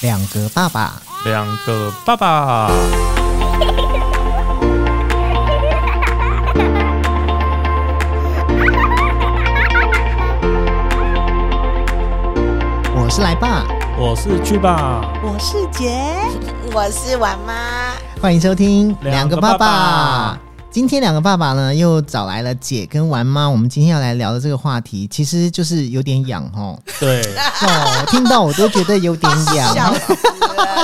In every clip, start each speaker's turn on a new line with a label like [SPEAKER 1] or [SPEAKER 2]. [SPEAKER 1] 两个爸爸，
[SPEAKER 2] 两个爸爸。
[SPEAKER 1] 我是来爸，
[SPEAKER 2] 我是去吧，
[SPEAKER 3] 我是杰，
[SPEAKER 4] 我是婉妈。
[SPEAKER 1] 欢迎收听
[SPEAKER 2] 两个爸爸
[SPEAKER 1] 今天两个爸爸呢，又找来了姐跟丸妈。我们今天要来聊的这个话题，其实就是有点痒 哦。
[SPEAKER 2] 对，
[SPEAKER 1] 哦，听到我都觉得有点痒。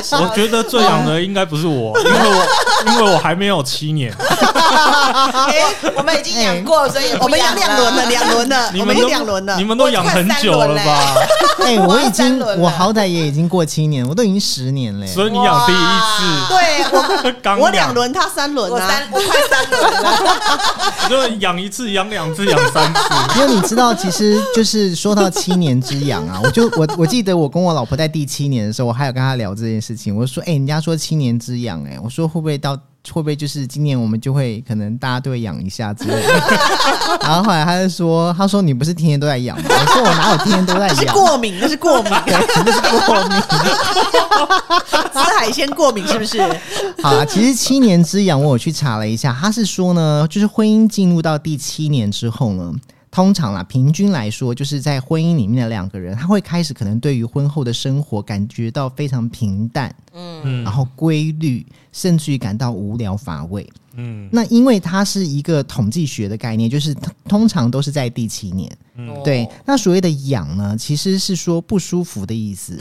[SPEAKER 4] 死
[SPEAKER 2] 我觉得最痒的应该不是我，因为我因为我还没有七年，
[SPEAKER 4] 哎我们已经养过，所以也不
[SPEAKER 3] 哎我们养两轮
[SPEAKER 4] 了
[SPEAKER 3] 了，。两 轮了，
[SPEAKER 2] 你
[SPEAKER 3] 我
[SPEAKER 2] 们都
[SPEAKER 3] 们又两轮了
[SPEAKER 2] 你。们都养很久了吧？
[SPEAKER 1] 哎、
[SPEAKER 4] 我
[SPEAKER 1] 我
[SPEAKER 4] 要
[SPEAKER 1] 已
[SPEAKER 4] 三
[SPEAKER 1] 经，
[SPEAKER 4] 轮
[SPEAKER 1] 我
[SPEAKER 4] 了
[SPEAKER 1] 好歹也已经过七年，我都已经十年了耶。
[SPEAKER 2] 所以你养第一
[SPEAKER 3] 对我，
[SPEAKER 2] 次， 刚
[SPEAKER 3] 我
[SPEAKER 2] 养
[SPEAKER 3] 两，轮，他三轮
[SPEAKER 4] 我
[SPEAKER 3] 啊
[SPEAKER 4] 三，。我快三轮了。
[SPEAKER 2] 就养一次，养两次，养三次。
[SPEAKER 1] 因为你知道，其实就是说到七年之痒啊，我就我我记得我跟我老婆在第七年的时候，我还有跟她聊这件事情。我就说，哎、人家说七年之痒，哎，我说会不会到会不会就是今年我们就会可能大家都会痒一下之类的。 然后后来她就说，她说你不是天天都在痒吗？我说我哪有天天都在
[SPEAKER 3] 那是
[SPEAKER 1] 痒。啊
[SPEAKER 3] 过敏，那 是过敏，
[SPEAKER 1] 真的是过敏。
[SPEAKER 3] 吃海鲜过敏是 不是？
[SPEAKER 1] 好啦，其实七年之痒，我有去查了一下，他是说呢，就是婚姻进入到第七年之后呢，通常啦，平均来说，就是在婚姻里面的两个人，他会开始可能对于婚后的生活感觉到非常平淡，
[SPEAKER 2] 嗯
[SPEAKER 1] 然后规律，甚至于感到无聊乏味。
[SPEAKER 2] 嗯，
[SPEAKER 1] 那因为它是一个统计学的概念，就是通通常都是在第七年。
[SPEAKER 2] 嗯
[SPEAKER 1] 对，那所谓的“痒”呢，其实是说不舒服的意思。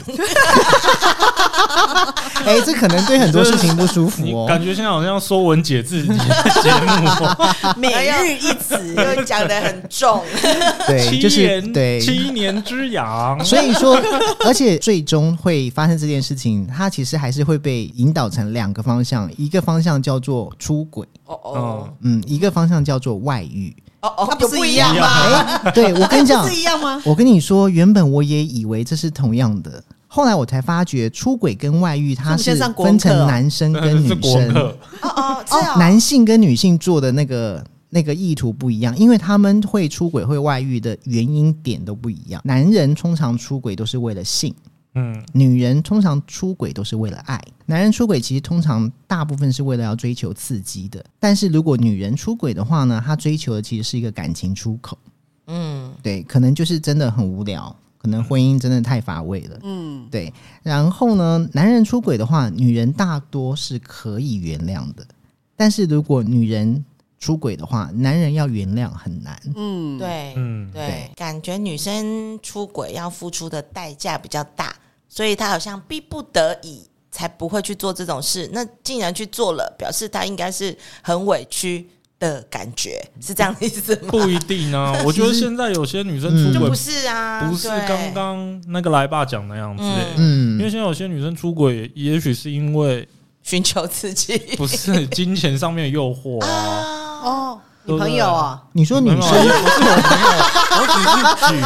[SPEAKER 1] 哎、这可能对很多事情不舒服
[SPEAKER 2] 你
[SPEAKER 1] 哦。
[SPEAKER 2] 感觉现在好像说文解字的节目哦，
[SPEAKER 3] 每日
[SPEAKER 4] 一词，又哎讲的很重。
[SPEAKER 1] 对，就
[SPEAKER 2] 七
[SPEAKER 1] 是
[SPEAKER 2] 年
[SPEAKER 1] 对。
[SPEAKER 2] 七年之痒。
[SPEAKER 1] 所以说，而且最终会发生这件事情，它其实还是会被引导成两个方向，一个方向叫做出轨，
[SPEAKER 4] 哦哦
[SPEAKER 2] 嗯，
[SPEAKER 1] 嗯，一个方向叫做外遇。
[SPEAKER 4] 哦哦，
[SPEAKER 3] 那不是
[SPEAKER 4] 有
[SPEAKER 3] 一样吗？
[SPEAKER 1] 哎，对我跟你讲
[SPEAKER 3] 不是，一样吗？
[SPEAKER 1] 我跟你说，原本我也以为这是同样的，后来我才发觉出轨跟外遇它
[SPEAKER 3] 我们
[SPEAKER 1] 是
[SPEAKER 3] 先上国文
[SPEAKER 1] 分
[SPEAKER 3] 课哦
[SPEAKER 1] 成男生跟
[SPEAKER 2] 嗯
[SPEAKER 1] 女
[SPEAKER 2] 是国
[SPEAKER 1] 生，
[SPEAKER 2] 客，
[SPEAKER 4] 哦哦，这样
[SPEAKER 1] 男性跟女性做的那个。那个意图不一样，因为他们会出轨、会外遇的原因点都不一样。男人通常出轨都是为了性，
[SPEAKER 2] 嗯，
[SPEAKER 1] 女人通常出轨都是为了爱，男人出轨其实通常大部分是为了要追求刺激的。但是如果女人出轨的话呢，她追求的其实是一个感情出口。
[SPEAKER 4] 嗯，
[SPEAKER 1] 对，可能就是真的很无聊，可能婚姻真的太乏味了。
[SPEAKER 3] 嗯，
[SPEAKER 1] 对，然后呢，男人出轨的话，女人大多是可以原谅的，但是如果女人出轨的话，男人要原谅很难。
[SPEAKER 3] 嗯，
[SPEAKER 4] 对，
[SPEAKER 2] 嗯
[SPEAKER 4] 对，感觉女生出轨要付出的代价比较大，所以她好像逼不得已才不会去做这种事。那既然去做了，表示她应该是很委屈的感觉，
[SPEAKER 3] 嗯
[SPEAKER 4] 是这样的意思吗？
[SPEAKER 2] 不一定啊。我觉得现在有些女生出
[SPEAKER 4] 就
[SPEAKER 3] 嗯
[SPEAKER 2] 轨
[SPEAKER 4] 不是啊，
[SPEAKER 2] 不是
[SPEAKER 4] 对
[SPEAKER 2] 刚刚那个来爸讲那样子欸，因为
[SPEAKER 1] 嗯，
[SPEAKER 2] 现在有些女生出轨，也许是因为
[SPEAKER 4] 寻求刺激
[SPEAKER 2] 不是金钱上面的诱惑啊。
[SPEAKER 4] 啊，
[SPEAKER 3] 哦，你朋友啊，
[SPEAKER 1] 你说女
[SPEAKER 2] 没有
[SPEAKER 1] 生
[SPEAKER 2] 不是我朋友，我只是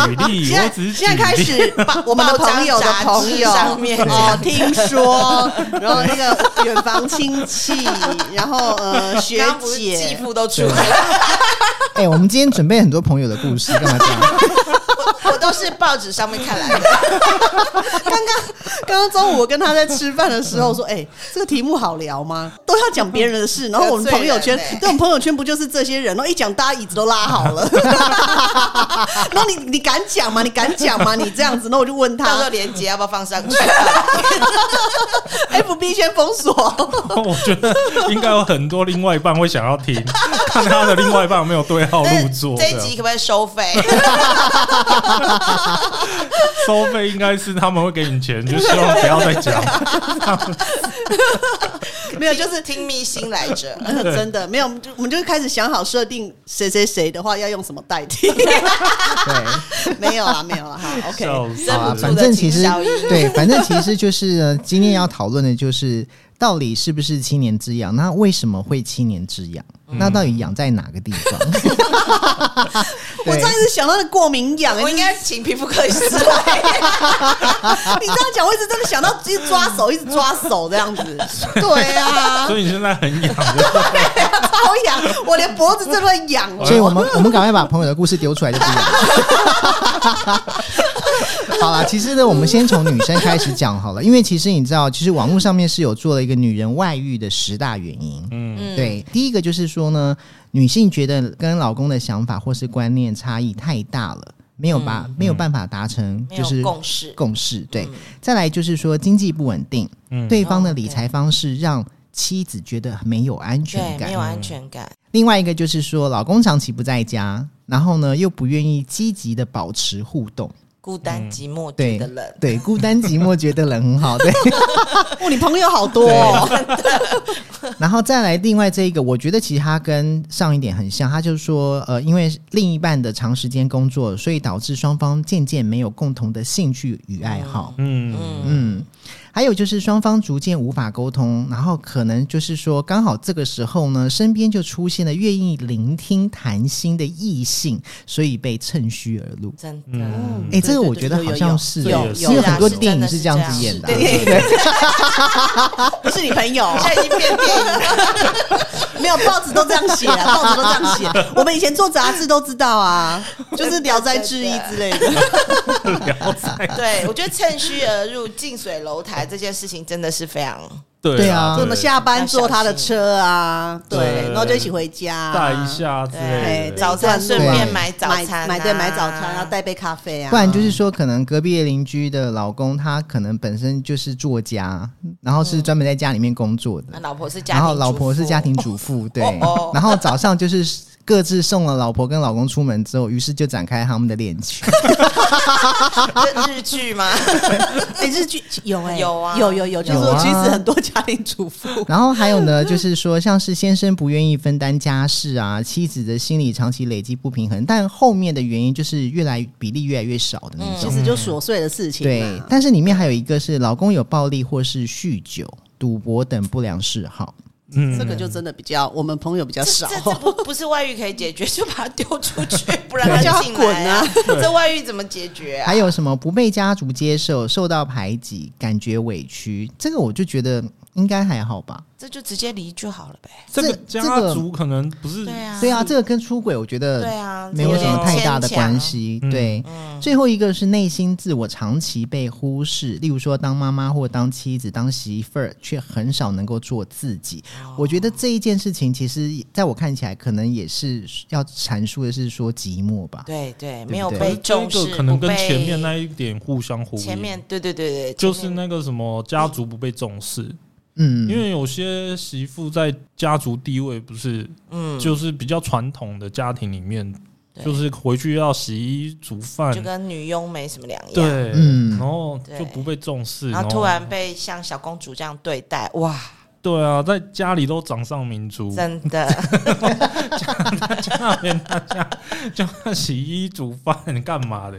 [SPEAKER 2] 举例，我
[SPEAKER 3] 哦现
[SPEAKER 2] 只是举
[SPEAKER 3] 在现在开
[SPEAKER 2] 例
[SPEAKER 3] 始 把我们的朋友的朋友
[SPEAKER 4] 报章杂志上面
[SPEAKER 3] 哦，听 说，然后那个远房亲戚，然后呃学
[SPEAKER 4] 刚刚不是继
[SPEAKER 3] 姐，
[SPEAKER 4] 父都出来了，
[SPEAKER 1] 哎、我们今天准备很多朋友的故事，干嘛这样？
[SPEAKER 4] 我都是报纸上面看来的。
[SPEAKER 3] 刚刚中午我跟他在吃饭的时候说，哎、这个题目好聊吗？都要讲别人的事，然后我们朋友
[SPEAKER 4] 得罪
[SPEAKER 3] 圈
[SPEAKER 4] 人欸，
[SPEAKER 3] 嗯对我们朋友圈不就是这些人？然后一讲，大家椅子都拉好了。 然后你你敢讲吗？你敢讲吗？你这样子，那我就问
[SPEAKER 4] 到时候
[SPEAKER 3] 他
[SPEAKER 4] 连接要不要放上去？
[SPEAKER 3] ，FB 先封 锁，
[SPEAKER 2] 我觉得应该有很多另外一半会想要听， 看他的另外一半有没有对号入座。
[SPEAKER 4] 这一
[SPEAKER 2] 样
[SPEAKER 4] 集可不可以收费？
[SPEAKER 2] 收费应该是他们会给你钱，就希望不要再讲。
[SPEAKER 3] 没有，就是 呃
[SPEAKER 4] 听密心来着。
[SPEAKER 3] 真的没有，我们就我们就开始想好设定谁谁谁的话要用什么代 替。
[SPEAKER 1] 对。
[SPEAKER 3] 没有啦，没有啦，哈，OK。
[SPEAKER 2] 笑死
[SPEAKER 4] 忍
[SPEAKER 1] 啊，
[SPEAKER 4] 不住
[SPEAKER 1] 反
[SPEAKER 4] 的
[SPEAKER 1] 正其
[SPEAKER 4] 情
[SPEAKER 1] 实
[SPEAKER 4] 小姨，
[SPEAKER 1] 对，反正其实就是呃今天要讨论的就是到底是不是七年之痒？那为什么会七年之痒？那到底痒在哪个地方？
[SPEAKER 3] 我
[SPEAKER 1] 对
[SPEAKER 3] 上一次想到的过敏痒，
[SPEAKER 4] 我
[SPEAKER 3] 我
[SPEAKER 4] 应
[SPEAKER 3] 应该
[SPEAKER 4] 该请皮肤科医师来。
[SPEAKER 3] 你这样讲，我一直真的想到一直抓手，一直抓手这样子。对啊，
[SPEAKER 2] 所以你现在很痒，对不对
[SPEAKER 3] 超痒，我连脖子这都痒。哦
[SPEAKER 1] 所以我们我们赶快把朋友的故事丢出来就不痒。 好啦，其实呢，我们先从女生开始讲好了，因为其实你知道，其实网络上面是有做了一个女人外遇的十大原因。嗯，对，第一个就是说呢，女性觉得跟老公的想法或是观念差异太大了，没有把、没有办法达成
[SPEAKER 4] 嗯没
[SPEAKER 1] 就
[SPEAKER 4] 有
[SPEAKER 1] 是
[SPEAKER 4] 共识，嗯
[SPEAKER 1] 共识。对，再来就是说经济不稳定，
[SPEAKER 2] 嗯
[SPEAKER 1] 对方的
[SPEAKER 4] 哦
[SPEAKER 1] 理
[SPEAKER 4] 对
[SPEAKER 1] 财方式让妻子觉得没有安全
[SPEAKER 4] 对，
[SPEAKER 1] 感
[SPEAKER 4] 没有。安全感，
[SPEAKER 1] 另外一个就是说，老公长期不在家，然后呢又不愿意积极的保持互动，
[SPEAKER 4] 孤单寂寞
[SPEAKER 1] 对
[SPEAKER 4] 觉得冷，
[SPEAKER 1] 对，孤单寂寞觉得人很好，对。
[SPEAKER 3] 哦，你朋友好多、哦，
[SPEAKER 1] 然后再来另外这一个，我觉得其实它跟上一点很像，它就是说，呃，因为另一半的长时间工作，所以导致双方渐渐没有共同的兴趣与爱好。
[SPEAKER 2] 嗯，
[SPEAKER 1] 嗯，还有就是双方逐渐无法沟通，然后可能就是说，刚好这个时候呢，身边就出现了愿意聆听谈心的异性，所以被趁虚而入。
[SPEAKER 4] 真的。
[SPEAKER 2] 嗯
[SPEAKER 1] 哎、这个我觉得好像是，
[SPEAKER 3] 有有有
[SPEAKER 1] 是
[SPEAKER 3] 有
[SPEAKER 1] 有
[SPEAKER 3] 有
[SPEAKER 1] 很多
[SPEAKER 4] 是啊
[SPEAKER 1] 电影
[SPEAKER 4] 是
[SPEAKER 1] 这样子
[SPEAKER 4] 是
[SPEAKER 1] 演的啊、
[SPEAKER 4] 对
[SPEAKER 3] 对对对，不是你朋友，
[SPEAKER 4] 现在已经变电影了，
[SPEAKER 3] 没有报纸都这样写 啊，报纸都这样写。我们以前做杂志都知道啊，就是《聊斋志异》之类的。
[SPEAKER 4] 对我觉得趁虚而入、近水楼台这件事情真的是非常
[SPEAKER 1] 对
[SPEAKER 2] 对
[SPEAKER 1] 啊
[SPEAKER 3] 所以我们下班坐他的车啊，
[SPEAKER 2] 对
[SPEAKER 3] 对，然后就一起回家、啊哎
[SPEAKER 2] 带一。下之类
[SPEAKER 4] 对
[SPEAKER 2] 的，
[SPEAKER 4] 早餐顺便买早餐啊，
[SPEAKER 3] 买买对买早餐，然后带杯咖啡啊。
[SPEAKER 1] 不然就是说，可能隔壁的邻居的老公，他可能本身就是作家，然后是专门在家里面工作的，
[SPEAKER 4] 那老婆是家庭，
[SPEAKER 1] 然后老婆是嗯家，庭主妇，对
[SPEAKER 4] 哦哦，
[SPEAKER 1] 然后早上就是各自送了老婆跟老公出门之后，于是就展开他们的恋情。
[SPEAKER 4] 这日剧吗？
[SPEAKER 3] 哎、日剧有哎、
[SPEAKER 4] 有啊
[SPEAKER 3] 有有有，就是
[SPEAKER 1] 有
[SPEAKER 3] 我
[SPEAKER 1] 啊
[SPEAKER 3] 其实很多家庭主妇，
[SPEAKER 1] 然后还有呢，就是说像是先生不愿意分担家事啊，妻子的心理长期累积不平衡，但后面的原因就是越来比例越来越少的那种。
[SPEAKER 3] 其实就琐碎的事情
[SPEAKER 1] 对
[SPEAKER 3] 嘛。，
[SPEAKER 1] 但嗯是里面还有一个是老公有暴力或是酗酒、赌博等不良嗜好。
[SPEAKER 2] 嗯
[SPEAKER 3] 这个就真的比较我们朋友比较
[SPEAKER 4] 这
[SPEAKER 3] 少。
[SPEAKER 4] 这这不不是外遇可以解决，就把他丢出去，不 然他
[SPEAKER 3] 对
[SPEAKER 4] 进
[SPEAKER 3] 叫他滚
[SPEAKER 4] 来
[SPEAKER 3] 啊！
[SPEAKER 4] 这外遇怎么解决啊？
[SPEAKER 1] 还有什么不被家族接受、受到排挤、感觉委屈，这个我就觉得应该还好吧。
[SPEAKER 4] 这就直接离就好了呗。
[SPEAKER 2] 这个
[SPEAKER 1] 这
[SPEAKER 2] 家族可能不是
[SPEAKER 4] 对啊，
[SPEAKER 1] 对啊，这个跟出轨我觉得
[SPEAKER 4] 对啊
[SPEAKER 1] 没有什么太大的关系。
[SPEAKER 2] 有点牵强
[SPEAKER 1] 对，最后一个是内心自我长期被忽视，例如说当妈妈或当妻子、当媳妇儿，却很少能够做自己。
[SPEAKER 4] 哦
[SPEAKER 1] 我觉得这一件事情，其实在我看起来，可能也是要阐述的是说寂寞吧。
[SPEAKER 4] 对对，没有
[SPEAKER 1] 对
[SPEAKER 4] 被
[SPEAKER 2] 这
[SPEAKER 4] 重视，
[SPEAKER 2] 个可能跟
[SPEAKER 4] 不被
[SPEAKER 2] 前面那一点互相呼应。
[SPEAKER 4] 前面对对对对，
[SPEAKER 2] 就是
[SPEAKER 4] 前
[SPEAKER 2] 那
[SPEAKER 4] 面
[SPEAKER 2] 个什么家族不被重视，
[SPEAKER 1] 嗯，
[SPEAKER 2] 因为有些媳妇在家族地位不是，
[SPEAKER 4] 嗯，
[SPEAKER 2] 就是比较传统的家庭里面，
[SPEAKER 4] 对
[SPEAKER 2] 就是回去要洗衣煮饭
[SPEAKER 4] 就，跟女佣没什么两样。
[SPEAKER 2] 对，哦
[SPEAKER 1] 嗯
[SPEAKER 2] 然后
[SPEAKER 4] 对
[SPEAKER 2] 就不被重视，
[SPEAKER 4] 然后突然被像小公主这样对待，哇，
[SPEAKER 2] 对啊，在家里都掌上明珠，
[SPEAKER 4] 真的，
[SPEAKER 2] 那边大家叫他洗衣煮饭 干嘛的，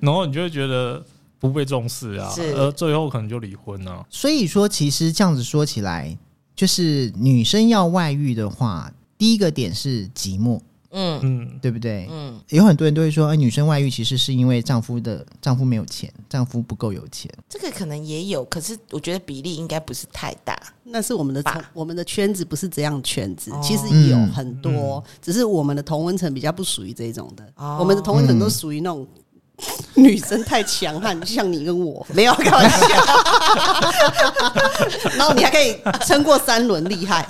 [SPEAKER 2] 然后你就会觉得不被重视啊，
[SPEAKER 4] 是
[SPEAKER 2] 而最后可能就离婚了、
[SPEAKER 1] 所以说，其实这样子说起来，就是女生要外遇的话，第一个点是寂寞，
[SPEAKER 4] 嗯
[SPEAKER 2] 嗯，
[SPEAKER 1] 对不对？
[SPEAKER 4] 嗯，
[SPEAKER 1] 有很多人都会说，哎、女生外遇其实是因为丈夫的丈夫没有钱，丈夫不够有钱。
[SPEAKER 4] 这个可能也有，可是我觉得比例应该不是太大。
[SPEAKER 3] 那是我们的
[SPEAKER 4] 吧
[SPEAKER 3] 同我们的圈子不是这样的圈子
[SPEAKER 4] 哦，
[SPEAKER 3] 其实有
[SPEAKER 1] 嗯
[SPEAKER 3] 很多，只是我们的同温层比较不属于这种的，
[SPEAKER 4] 哦
[SPEAKER 3] 我们的同温层都属于那种。 女生太强悍，像你跟我 没有开玩笑，然后你还可以撑过三轮，厉害！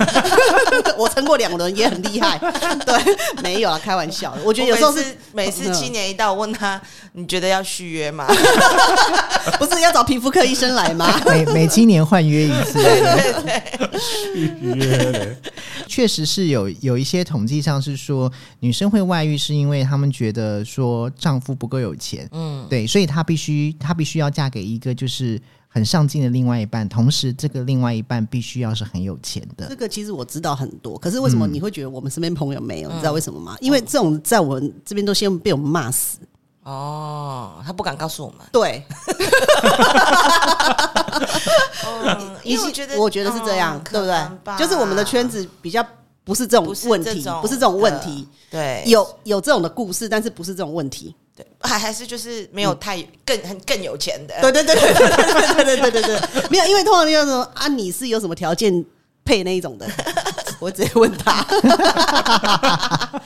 [SPEAKER 3] 我撑过两轮也很厉害，对，没有啊，开玩笑的。我
[SPEAKER 4] 我
[SPEAKER 3] 觉得有时候是
[SPEAKER 4] 每次每次
[SPEAKER 3] 嗯
[SPEAKER 4] 七年一到，我问他你觉得要续约吗？
[SPEAKER 3] 不是要找皮肤科医生来吗？
[SPEAKER 1] 每每七年换约一次，
[SPEAKER 2] 约嘞
[SPEAKER 1] 确实是有有一些统计上是说，女生会外遇是因为她们觉得说丈夫不够有钱，
[SPEAKER 4] 嗯，
[SPEAKER 1] 对，所以她必须她必须要嫁给一个就是很上进的另外一半，同时这个另外一半必须要是很有钱的，
[SPEAKER 3] 这。个其实我知道很多，可是为什么你会觉得我们身边朋友没有？你知道为什么吗？因为这种在我们这边都先被我们骂死。
[SPEAKER 4] 哦，他不敢告诉我们。
[SPEAKER 3] 对，
[SPEAKER 4] 嗯，因为我觉得，
[SPEAKER 3] 我觉得是这样
[SPEAKER 4] 嗯，
[SPEAKER 3] 对不
[SPEAKER 4] 可能吧
[SPEAKER 3] 对？就是我们的圈子比较不是这种
[SPEAKER 4] 不是
[SPEAKER 3] 问
[SPEAKER 4] 这
[SPEAKER 3] 题
[SPEAKER 4] 种，呃
[SPEAKER 3] 不是这种问
[SPEAKER 4] 的
[SPEAKER 3] 题。
[SPEAKER 4] 对
[SPEAKER 3] 有有这种的故事，但是不是这种问题？
[SPEAKER 4] 对，还还是就是没有太更很更有钱的，
[SPEAKER 3] 嗯 对对对对对对对对对，没有，因为通常就是说啊，你是有什么条件配那一种的，我直接问他。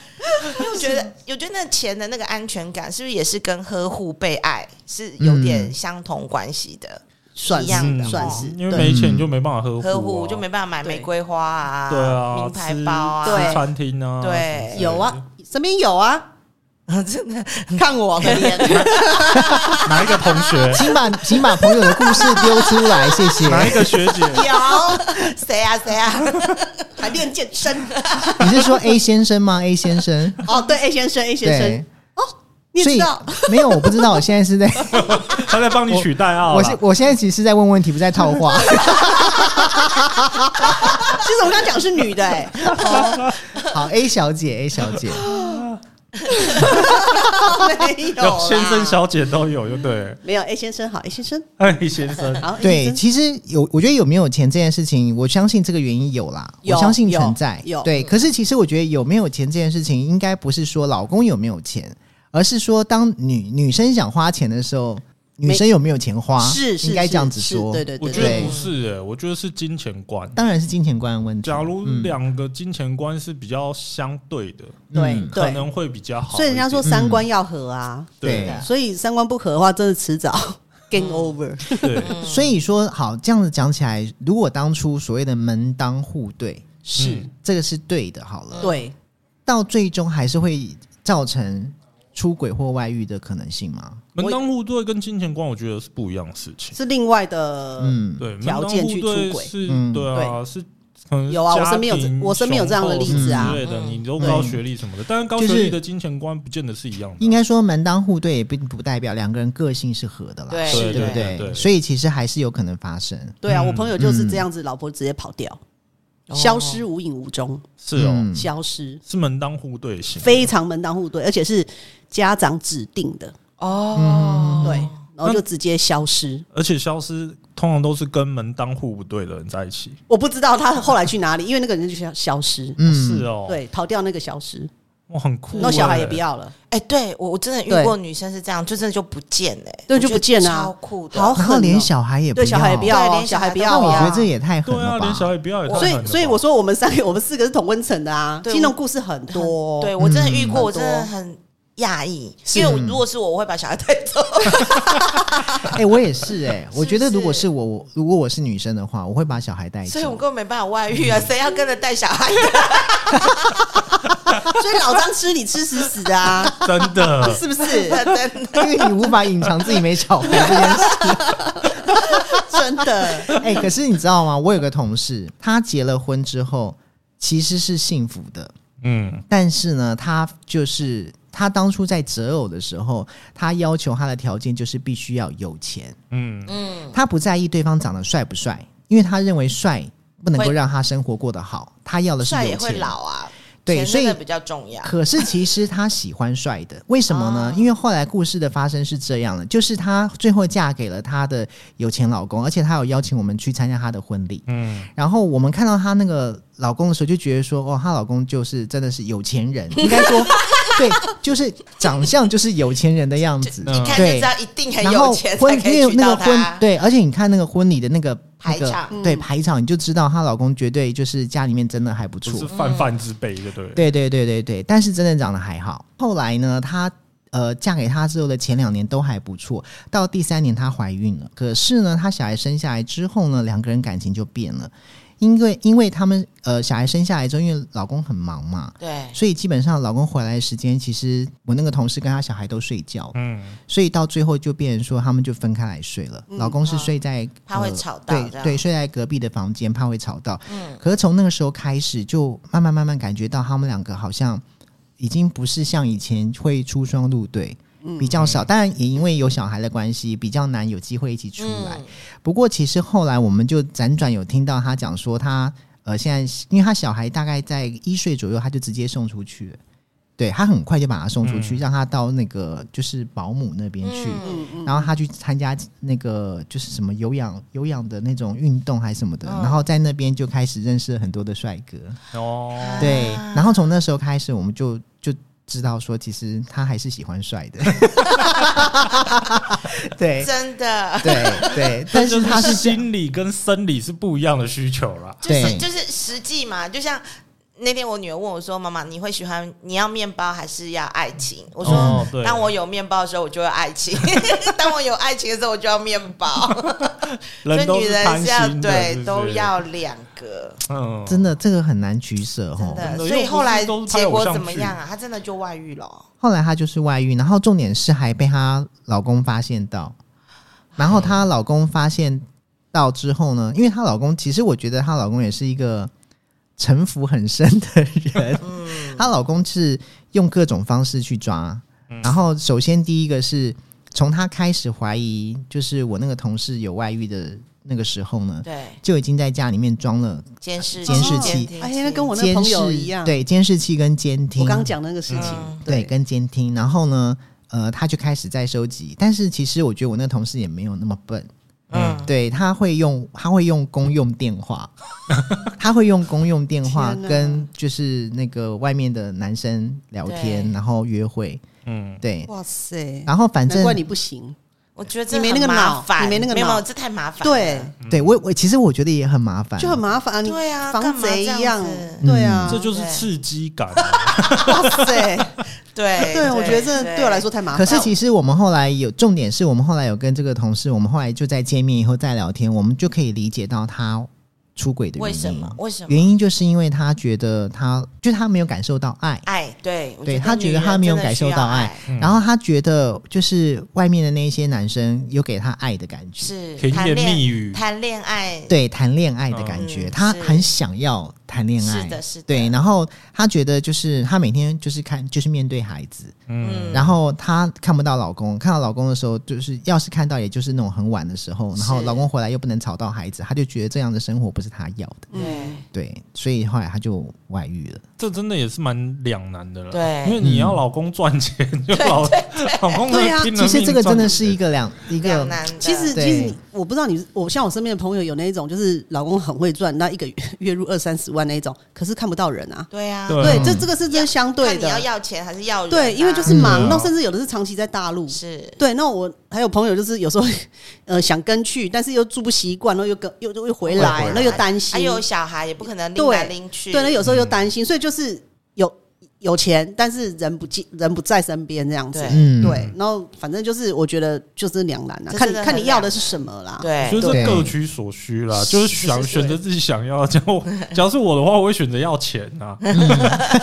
[SPEAKER 4] 因为我觉得，我觉得那钱的那个安全感，是不是也是跟呵护被爱是
[SPEAKER 3] 嗯
[SPEAKER 4] 有点相同关系的？
[SPEAKER 3] 算
[SPEAKER 4] 一样
[SPEAKER 3] 是
[SPEAKER 4] 的
[SPEAKER 3] 算是，
[SPEAKER 2] 嗯因为
[SPEAKER 3] 对
[SPEAKER 2] 没钱你就没办法呵护、啊，
[SPEAKER 4] 呵护就没办法买
[SPEAKER 3] 对
[SPEAKER 4] 玫瑰花啊，
[SPEAKER 2] 对啊，
[SPEAKER 4] 名牌
[SPEAKER 2] 吃
[SPEAKER 4] 包
[SPEAKER 3] 对
[SPEAKER 4] 啊，
[SPEAKER 2] 吃餐厅啊，什
[SPEAKER 4] 对
[SPEAKER 2] 么之类的
[SPEAKER 3] 有，啊，身边有啊，
[SPEAKER 4] 真的
[SPEAKER 3] 看我的脸，
[SPEAKER 2] 哪一个同学
[SPEAKER 1] 请把请把朋友的故事丢出来，谢 谢。
[SPEAKER 2] 哪一个学姐，
[SPEAKER 4] 有谁啊谁啊？
[SPEAKER 3] 还练健身。
[SPEAKER 1] 你是说 A 先生吗？A 先生，
[SPEAKER 3] 哦，对，A 先生，A 先生
[SPEAKER 1] 对，，
[SPEAKER 3] 你也
[SPEAKER 1] 所
[SPEAKER 3] 知
[SPEAKER 1] 以
[SPEAKER 3] 道，
[SPEAKER 1] 没有，我不知道，我现在是在，
[SPEAKER 2] 她在帮你取代啊，
[SPEAKER 1] 我是我现在其实是在问问题，不是在套话。
[SPEAKER 3] 其实我刚刚讲是女 的，哎，
[SPEAKER 1] 好，A 小姐，A 小 姐，
[SPEAKER 3] 啊没有
[SPEAKER 2] 有
[SPEAKER 3] 啦
[SPEAKER 2] 先生小姐都有，就对了，
[SPEAKER 3] 没有 A 先生好，A 先生
[SPEAKER 2] 哎，先生，
[SPEAKER 3] 好，A
[SPEAKER 1] 对，
[SPEAKER 3] 先生
[SPEAKER 1] 其实有，我觉得有没有钱这件事情，我相信这个原因有啦，
[SPEAKER 3] 有
[SPEAKER 1] 我相信存在。
[SPEAKER 3] 有有
[SPEAKER 1] 对，可是其实我觉得有没有钱这件事情，应该不是说老公有没有钱，而是说当女女生想花钱的时候，女生有没有钱花，
[SPEAKER 3] 是是
[SPEAKER 1] 应该这样子
[SPEAKER 3] 是
[SPEAKER 1] 说。
[SPEAKER 3] 对对
[SPEAKER 2] 我
[SPEAKER 3] 对，嗯
[SPEAKER 2] 觉得
[SPEAKER 1] 对
[SPEAKER 2] 不是、欸，我觉得是金钱观。
[SPEAKER 1] 当然是金钱观的问题。
[SPEAKER 2] 假如
[SPEAKER 1] 嗯
[SPEAKER 2] 两个金钱观是比较相对的，
[SPEAKER 3] 对
[SPEAKER 1] 嗯
[SPEAKER 2] 可
[SPEAKER 3] 对
[SPEAKER 2] 能会比较好一点。
[SPEAKER 3] 所以人家说三观要合啊，
[SPEAKER 2] 对
[SPEAKER 1] 对
[SPEAKER 3] 所以三观不合的话，真的 迟早
[SPEAKER 1] 嗯
[SPEAKER 3] game over。
[SPEAKER 2] 对，
[SPEAKER 1] 所以说，好这样子讲起来，如果当初所谓的门当户对，嗯
[SPEAKER 2] 是
[SPEAKER 1] 这个是对的，好了，
[SPEAKER 3] 对，
[SPEAKER 1] 到最终还是会造成出轨或外遇的可能性吗？
[SPEAKER 2] 门当户对跟金钱观，我觉得是不一样的事情。
[SPEAKER 3] 是另外的，
[SPEAKER 1] 嗯，
[SPEAKER 2] 对，门
[SPEAKER 3] 条
[SPEAKER 2] 当
[SPEAKER 3] 件
[SPEAKER 2] 户
[SPEAKER 3] 去
[SPEAKER 2] 对
[SPEAKER 3] 出轨
[SPEAKER 2] 是，
[SPEAKER 1] 嗯
[SPEAKER 2] 对啊，是可能
[SPEAKER 3] 有啊
[SPEAKER 2] 家
[SPEAKER 3] 我身边有这
[SPEAKER 2] 庭
[SPEAKER 3] 我身边有这样的例子啊
[SPEAKER 2] 雄厚之类的，
[SPEAKER 4] 嗯
[SPEAKER 2] 你都
[SPEAKER 1] 对
[SPEAKER 2] 高学历什么的，但是高
[SPEAKER 1] 就
[SPEAKER 2] 学
[SPEAKER 1] 是
[SPEAKER 2] 历的金钱观不见得是一样的
[SPEAKER 1] 应
[SPEAKER 2] 啊。
[SPEAKER 1] 该说门当户对也并不代表两个人个性是合的啦，
[SPEAKER 4] 对
[SPEAKER 1] 是
[SPEAKER 4] 对
[SPEAKER 1] 不
[SPEAKER 2] 对对
[SPEAKER 1] 所以其实还是有可能发生。
[SPEAKER 3] 对啊，
[SPEAKER 2] 嗯
[SPEAKER 3] 我朋友就是这样子，老婆直接跑掉，消失无影无踪，
[SPEAKER 2] 是哦，
[SPEAKER 1] 哦嗯
[SPEAKER 3] 消失，
[SPEAKER 2] 是门当户对型。
[SPEAKER 3] 非常门当户对，而且是家长指定的，
[SPEAKER 4] 哦，
[SPEAKER 3] 嗯对，然后
[SPEAKER 2] 那
[SPEAKER 1] 嗯
[SPEAKER 3] 就直接消失。
[SPEAKER 2] 而且消失通常都是跟门当户不对的人在一起。
[SPEAKER 3] 我不知道他后来去哪里，因为那个人就消消失，
[SPEAKER 1] 嗯
[SPEAKER 2] 是哦，，
[SPEAKER 3] 对，逃掉那个消失，
[SPEAKER 2] 哇，很酷欸。
[SPEAKER 3] 然后小孩也不要了，
[SPEAKER 4] 哎，对我我真的
[SPEAKER 3] 对
[SPEAKER 4] 遇过女生是这样，就真的就不见哎，
[SPEAKER 3] 对
[SPEAKER 4] 我觉
[SPEAKER 3] 就
[SPEAKER 4] 得
[SPEAKER 3] 不见啊
[SPEAKER 4] 超酷的，
[SPEAKER 3] 好
[SPEAKER 1] 然后
[SPEAKER 3] 狠
[SPEAKER 1] 连
[SPEAKER 3] 哦
[SPEAKER 1] 小孩也不
[SPEAKER 3] 对，
[SPEAKER 1] 要，
[SPEAKER 3] 小孩也不要
[SPEAKER 4] 对
[SPEAKER 3] 哦，
[SPEAKER 4] 连
[SPEAKER 3] 小孩
[SPEAKER 4] 小
[SPEAKER 3] 不
[SPEAKER 4] 孩
[SPEAKER 1] 那
[SPEAKER 3] 要
[SPEAKER 4] 都
[SPEAKER 1] 我
[SPEAKER 4] 不
[SPEAKER 1] 觉
[SPEAKER 4] 要
[SPEAKER 3] 啊
[SPEAKER 1] 得。这也太狠
[SPEAKER 2] 对啊，
[SPEAKER 1] 了吧？
[SPEAKER 2] 连小孩也不要也太
[SPEAKER 3] 所
[SPEAKER 2] 狠
[SPEAKER 3] 以，
[SPEAKER 2] 了
[SPEAKER 3] 所以
[SPEAKER 2] 吧
[SPEAKER 3] 我说我们三个，我们四个是同温层的啊，
[SPEAKER 4] 对
[SPEAKER 3] 其实那种故事很多。
[SPEAKER 4] 对我真的遇
[SPEAKER 1] 嗯
[SPEAKER 4] 过，我
[SPEAKER 3] 很多
[SPEAKER 4] 真的很讶异，因为我如果是我，我会把小孩带走。
[SPEAKER 1] 哎、我也是哎、我觉得如果
[SPEAKER 4] 是
[SPEAKER 1] 是我，我如果我是女生的话，我会把小孩带走嗯
[SPEAKER 4] 所以。我根本没办法外遇啊，谁要跟着带小孩？
[SPEAKER 3] 所以老张吃你吃死死的啊，
[SPEAKER 2] 真的，
[SPEAKER 3] 是不是？
[SPEAKER 4] 真的
[SPEAKER 1] 因为你无法隐藏自己没小孩这件事。
[SPEAKER 3] 真的，
[SPEAKER 1] 哎、可是你知道吗？我有个同事，她结了婚之后其实是幸福的，
[SPEAKER 2] 嗯，
[SPEAKER 1] 但是呢，她就是她当初在择偶的时候，她要求她的条件就是必须要有钱，
[SPEAKER 2] 嗯，
[SPEAKER 1] 她不在意对方长得帅不帅，因为她认为帅不能够
[SPEAKER 4] 会
[SPEAKER 1] 让她生活过得好，她要的是
[SPEAKER 4] 帅
[SPEAKER 1] 有
[SPEAKER 4] 也会
[SPEAKER 1] 钱。
[SPEAKER 4] 老啊，
[SPEAKER 1] 对
[SPEAKER 4] 钱
[SPEAKER 1] 所以
[SPEAKER 4] 真的比较重要。
[SPEAKER 1] 可是其实她喜欢帅的，为什么
[SPEAKER 2] 哦
[SPEAKER 1] 呢？因为后来故事的发生是这样的，就是她最后嫁给了她的有钱老公，而且她有邀请我们去参加她的婚礼。
[SPEAKER 2] 嗯，
[SPEAKER 1] 然后我们看到她那个老公的时候，就觉得说，哦，她老公就是真的是有钱 人，应该说，对，就是长相就是有钱人的样子。
[SPEAKER 4] 一看就
[SPEAKER 1] 对
[SPEAKER 4] 知道一定很
[SPEAKER 1] 然
[SPEAKER 4] 有
[SPEAKER 1] 后
[SPEAKER 4] 钱才
[SPEAKER 1] 婚
[SPEAKER 4] 可
[SPEAKER 1] 因
[SPEAKER 4] 以
[SPEAKER 1] 为
[SPEAKER 4] 娶
[SPEAKER 1] 那
[SPEAKER 4] 到
[SPEAKER 1] 个婚
[SPEAKER 4] 他。
[SPEAKER 1] 对，而且你看那个婚礼的那个
[SPEAKER 4] 排
[SPEAKER 1] 那个
[SPEAKER 4] 场
[SPEAKER 1] 对排场，你就知道她老公绝对就是家里面真的还不
[SPEAKER 2] 不
[SPEAKER 1] 错
[SPEAKER 2] 是，
[SPEAKER 3] 嗯
[SPEAKER 2] 泛泛之辈，对对了？
[SPEAKER 1] 对对对对对，但是真的长得还好。后来呢，她呃嫁给他之后的前两年都还不错，到第三年她怀孕了，可是呢，她小孩生下来之后呢，两个人感情就变了，因为因为他们呃小孩生下来之后，因为老公很忙嘛。
[SPEAKER 4] 对，
[SPEAKER 1] 所以基本上，老公回来的时间，其实我那个同事跟他小孩都睡觉，
[SPEAKER 2] 嗯，
[SPEAKER 1] 所以到最后就变成说，他们就分开来睡了。老公是睡在、
[SPEAKER 4] 嗯
[SPEAKER 1] 呃
[SPEAKER 4] 怕会吵到这
[SPEAKER 1] 对
[SPEAKER 4] 样嗯
[SPEAKER 1] 对，睡在隔壁的房间，怕会吵到。可是从那个时候开始，就慢慢慢慢感觉到他们两个好像已经不是像以前会出双入对，
[SPEAKER 4] 嗯
[SPEAKER 1] 比较少。当然也因为有小孩的关系，比较难有机会一起出来。
[SPEAKER 4] 嗯
[SPEAKER 1] 不过其实后来我们就辗转有听到他讲说他，呃现在因为他小孩大概在一岁左右，他就直接送出去了。对他很快就把他送出去，让他到那个就是保姆那边去，
[SPEAKER 3] 嗯嗯，
[SPEAKER 1] 然后他去参加那个就是什么有氧有氧的那种运动还是什么的，
[SPEAKER 3] 嗯
[SPEAKER 1] 然后在那边就开始认识了很多的帅哥，
[SPEAKER 3] 啊
[SPEAKER 2] 哦，
[SPEAKER 1] 对，然后从那时候开始我们就就知道说，其实他还是喜欢帅的， 对
[SPEAKER 4] 嗯真的
[SPEAKER 1] 对对，但是
[SPEAKER 2] 这
[SPEAKER 1] 他
[SPEAKER 2] 就是
[SPEAKER 1] 这样
[SPEAKER 2] 心理跟生理是不一样的需求啦。
[SPEAKER 4] 就是
[SPEAKER 1] 对
[SPEAKER 4] 就是实际嘛，就像那天我女儿问我说：“妈妈，你会喜欢你要面包还是要爱情？”我说：“
[SPEAKER 2] 哦，对，
[SPEAKER 4] 当我有面包的时候，我就要爱情； 当我有爱情的时候，我就要面包。所 以
[SPEAKER 2] 人都
[SPEAKER 4] 女
[SPEAKER 2] 是
[SPEAKER 4] 人
[SPEAKER 2] 贪
[SPEAKER 4] 是要
[SPEAKER 2] 心的
[SPEAKER 4] 对
[SPEAKER 2] 是不
[SPEAKER 4] 都
[SPEAKER 2] 是
[SPEAKER 4] 要两个，
[SPEAKER 2] 嗯，
[SPEAKER 1] 真的这个很难取舍
[SPEAKER 4] 真
[SPEAKER 1] 哦。
[SPEAKER 4] 的。
[SPEAKER 2] 真的
[SPEAKER 4] 所以
[SPEAKER 2] 又不
[SPEAKER 4] 后来
[SPEAKER 2] 是都是拍
[SPEAKER 4] 结果
[SPEAKER 2] 偶像
[SPEAKER 4] 怎么
[SPEAKER 2] 剧
[SPEAKER 4] 样啊？她真的就外遇了哦。
[SPEAKER 1] 后来她就是外遇，然后重点是还被她老公发现到，然后她老公发现到之后
[SPEAKER 3] 嗯
[SPEAKER 1] 呢，因为她老公其实我觉得她老公也是一个城府很深的人，
[SPEAKER 3] 嗯
[SPEAKER 1] 她老公是用各种方式去抓，然后首先第一个是从她开始怀疑就是我那个同事有外遇的那个时候呢，
[SPEAKER 4] 对，
[SPEAKER 1] 就已经在家里面装了
[SPEAKER 4] 监视
[SPEAKER 1] 监视器
[SPEAKER 4] 监嗯
[SPEAKER 3] 哎呀，那跟我那
[SPEAKER 1] 监
[SPEAKER 3] 朋
[SPEAKER 1] 视
[SPEAKER 3] 友一样，，
[SPEAKER 1] 对监视器跟监听，
[SPEAKER 3] 我刚讲那个事情，
[SPEAKER 4] 嗯
[SPEAKER 1] 对，跟监听，然后呢，呃，他就开始在收集，但是其实我觉得我那个同事也没有那么笨，
[SPEAKER 4] 嗯，
[SPEAKER 1] 对，他会用他会用公用电 话，他会用公用电话
[SPEAKER 3] 天哪
[SPEAKER 1] 跟就是那个外面的男生聊天，
[SPEAKER 4] 对
[SPEAKER 1] 然后约会，
[SPEAKER 2] 嗯，
[SPEAKER 1] 对，
[SPEAKER 3] 哇塞，
[SPEAKER 1] 然后反
[SPEAKER 3] 难
[SPEAKER 1] 正
[SPEAKER 3] 怪你不行，
[SPEAKER 4] 我觉得
[SPEAKER 3] 你
[SPEAKER 4] 这
[SPEAKER 3] 没
[SPEAKER 4] 很
[SPEAKER 3] 那个
[SPEAKER 4] 麻
[SPEAKER 3] 脑
[SPEAKER 4] 烦
[SPEAKER 3] 你没那个
[SPEAKER 4] 没有，没有
[SPEAKER 3] 脑
[SPEAKER 4] 这太麻烦。
[SPEAKER 3] 对，，
[SPEAKER 1] 对我我其实我觉得也很麻烦，
[SPEAKER 3] 就很麻烦，你
[SPEAKER 4] 对啊干
[SPEAKER 3] 防
[SPEAKER 4] 嘛
[SPEAKER 3] 贼
[SPEAKER 4] 这
[SPEAKER 3] 一
[SPEAKER 4] 样
[SPEAKER 3] 样
[SPEAKER 4] 子，
[SPEAKER 3] 对啊，
[SPEAKER 1] 嗯
[SPEAKER 2] 这就是
[SPEAKER 4] 对
[SPEAKER 2] 刺激感啊，
[SPEAKER 3] 哇塞，
[SPEAKER 4] 对，
[SPEAKER 3] 对，我觉得这对我来，说太麻
[SPEAKER 1] 可
[SPEAKER 3] 烦，
[SPEAKER 1] 是其实我们后来有重点是我们后来有跟这个同事，我们后来就在见面以后再聊天，我们就可以理解到他出轨的原
[SPEAKER 4] 为
[SPEAKER 1] 因。
[SPEAKER 4] 什么？为什么？
[SPEAKER 1] 原因就是因为他觉得他就是他没有感受到爱，
[SPEAKER 4] 爱，对，我
[SPEAKER 1] 对
[SPEAKER 4] 觉
[SPEAKER 1] 他
[SPEAKER 4] 得
[SPEAKER 1] 觉
[SPEAKER 4] 女
[SPEAKER 1] 得他
[SPEAKER 4] 人
[SPEAKER 1] 没有
[SPEAKER 4] 真的
[SPEAKER 1] 感
[SPEAKER 4] 需
[SPEAKER 1] 受
[SPEAKER 4] 要
[SPEAKER 1] 到爱
[SPEAKER 4] 爱，
[SPEAKER 2] 嗯
[SPEAKER 1] 然后他觉得就是外面的那些男生有给他爱的感觉，
[SPEAKER 4] 是
[SPEAKER 2] 甜
[SPEAKER 4] 谈
[SPEAKER 2] 言
[SPEAKER 4] 恋
[SPEAKER 2] 蜜语
[SPEAKER 4] 嗯谈恋爱，
[SPEAKER 1] 对谈恋爱的感觉，
[SPEAKER 4] 嗯
[SPEAKER 1] 他
[SPEAKER 4] 是
[SPEAKER 1] 很想要谈恋爱，
[SPEAKER 4] 是的，是的，
[SPEAKER 1] 对，然后他觉得就是他每天就是看就是面对孩子，
[SPEAKER 2] 嗯，
[SPEAKER 1] 然后她看不到老公，看到老公的时候，就是要是看到，也就是那种很晚的时候，然后
[SPEAKER 4] 是
[SPEAKER 1] 老公回来又不能吵到孩子，她就觉得这样的生活不是她要的，
[SPEAKER 4] 对。
[SPEAKER 1] 对，所以后来她就外遇了。
[SPEAKER 2] 这真的也是蛮两难的了，
[SPEAKER 4] 对
[SPEAKER 2] 因为你要老公赚钱，就老 老公
[SPEAKER 3] 对啊
[SPEAKER 2] 拼了
[SPEAKER 1] 其实
[SPEAKER 2] 命
[SPEAKER 1] 这个真的
[SPEAKER 2] 赚
[SPEAKER 1] 是一个两一
[SPEAKER 4] 两
[SPEAKER 1] 个，
[SPEAKER 4] 难的。
[SPEAKER 3] 其实，
[SPEAKER 1] 对
[SPEAKER 3] 其实你我不知道你，我像我身边的朋友有那一种，就是老公很会赚，那一个月月入二三十万那一种，可是看不到人啊。
[SPEAKER 4] 对啊，
[SPEAKER 2] 对
[SPEAKER 3] 对，
[SPEAKER 1] 嗯
[SPEAKER 3] 这这个是真的相对
[SPEAKER 4] 看你要
[SPEAKER 3] 的，
[SPEAKER 4] 要钱还是要人啊、
[SPEAKER 3] 对，因为就是
[SPEAKER 2] 嗯
[SPEAKER 3] 忙，那甚至有的是长期在大陆。
[SPEAKER 4] 是
[SPEAKER 3] 对，那我还有朋友就是有时候呃想跟去，但是又住不习惯，然后又跟又又又回
[SPEAKER 1] 会
[SPEAKER 3] 来
[SPEAKER 1] 哦回，来嗯
[SPEAKER 3] 那又担
[SPEAKER 4] 还
[SPEAKER 3] 心，
[SPEAKER 4] 有小孩也不可能拎
[SPEAKER 3] 对
[SPEAKER 4] 来拎去，
[SPEAKER 3] 对，那有时候又担心，所以就是有有钱，但是人不进人不在身边这样子
[SPEAKER 4] 对。
[SPEAKER 1] 嗯，
[SPEAKER 3] 对，然后反正就是我觉得就是两难啊，
[SPEAKER 4] 这
[SPEAKER 3] 看
[SPEAKER 4] 真的
[SPEAKER 3] 看
[SPEAKER 4] 很
[SPEAKER 3] 你要
[SPEAKER 4] 两
[SPEAKER 3] 的是什么啦。
[SPEAKER 4] 对
[SPEAKER 2] 所以
[SPEAKER 1] 对
[SPEAKER 2] 这各取所需啦，就是想
[SPEAKER 3] 是是
[SPEAKER 2] 选择自己想要。假如假如是我的话，我会选择要钱啊。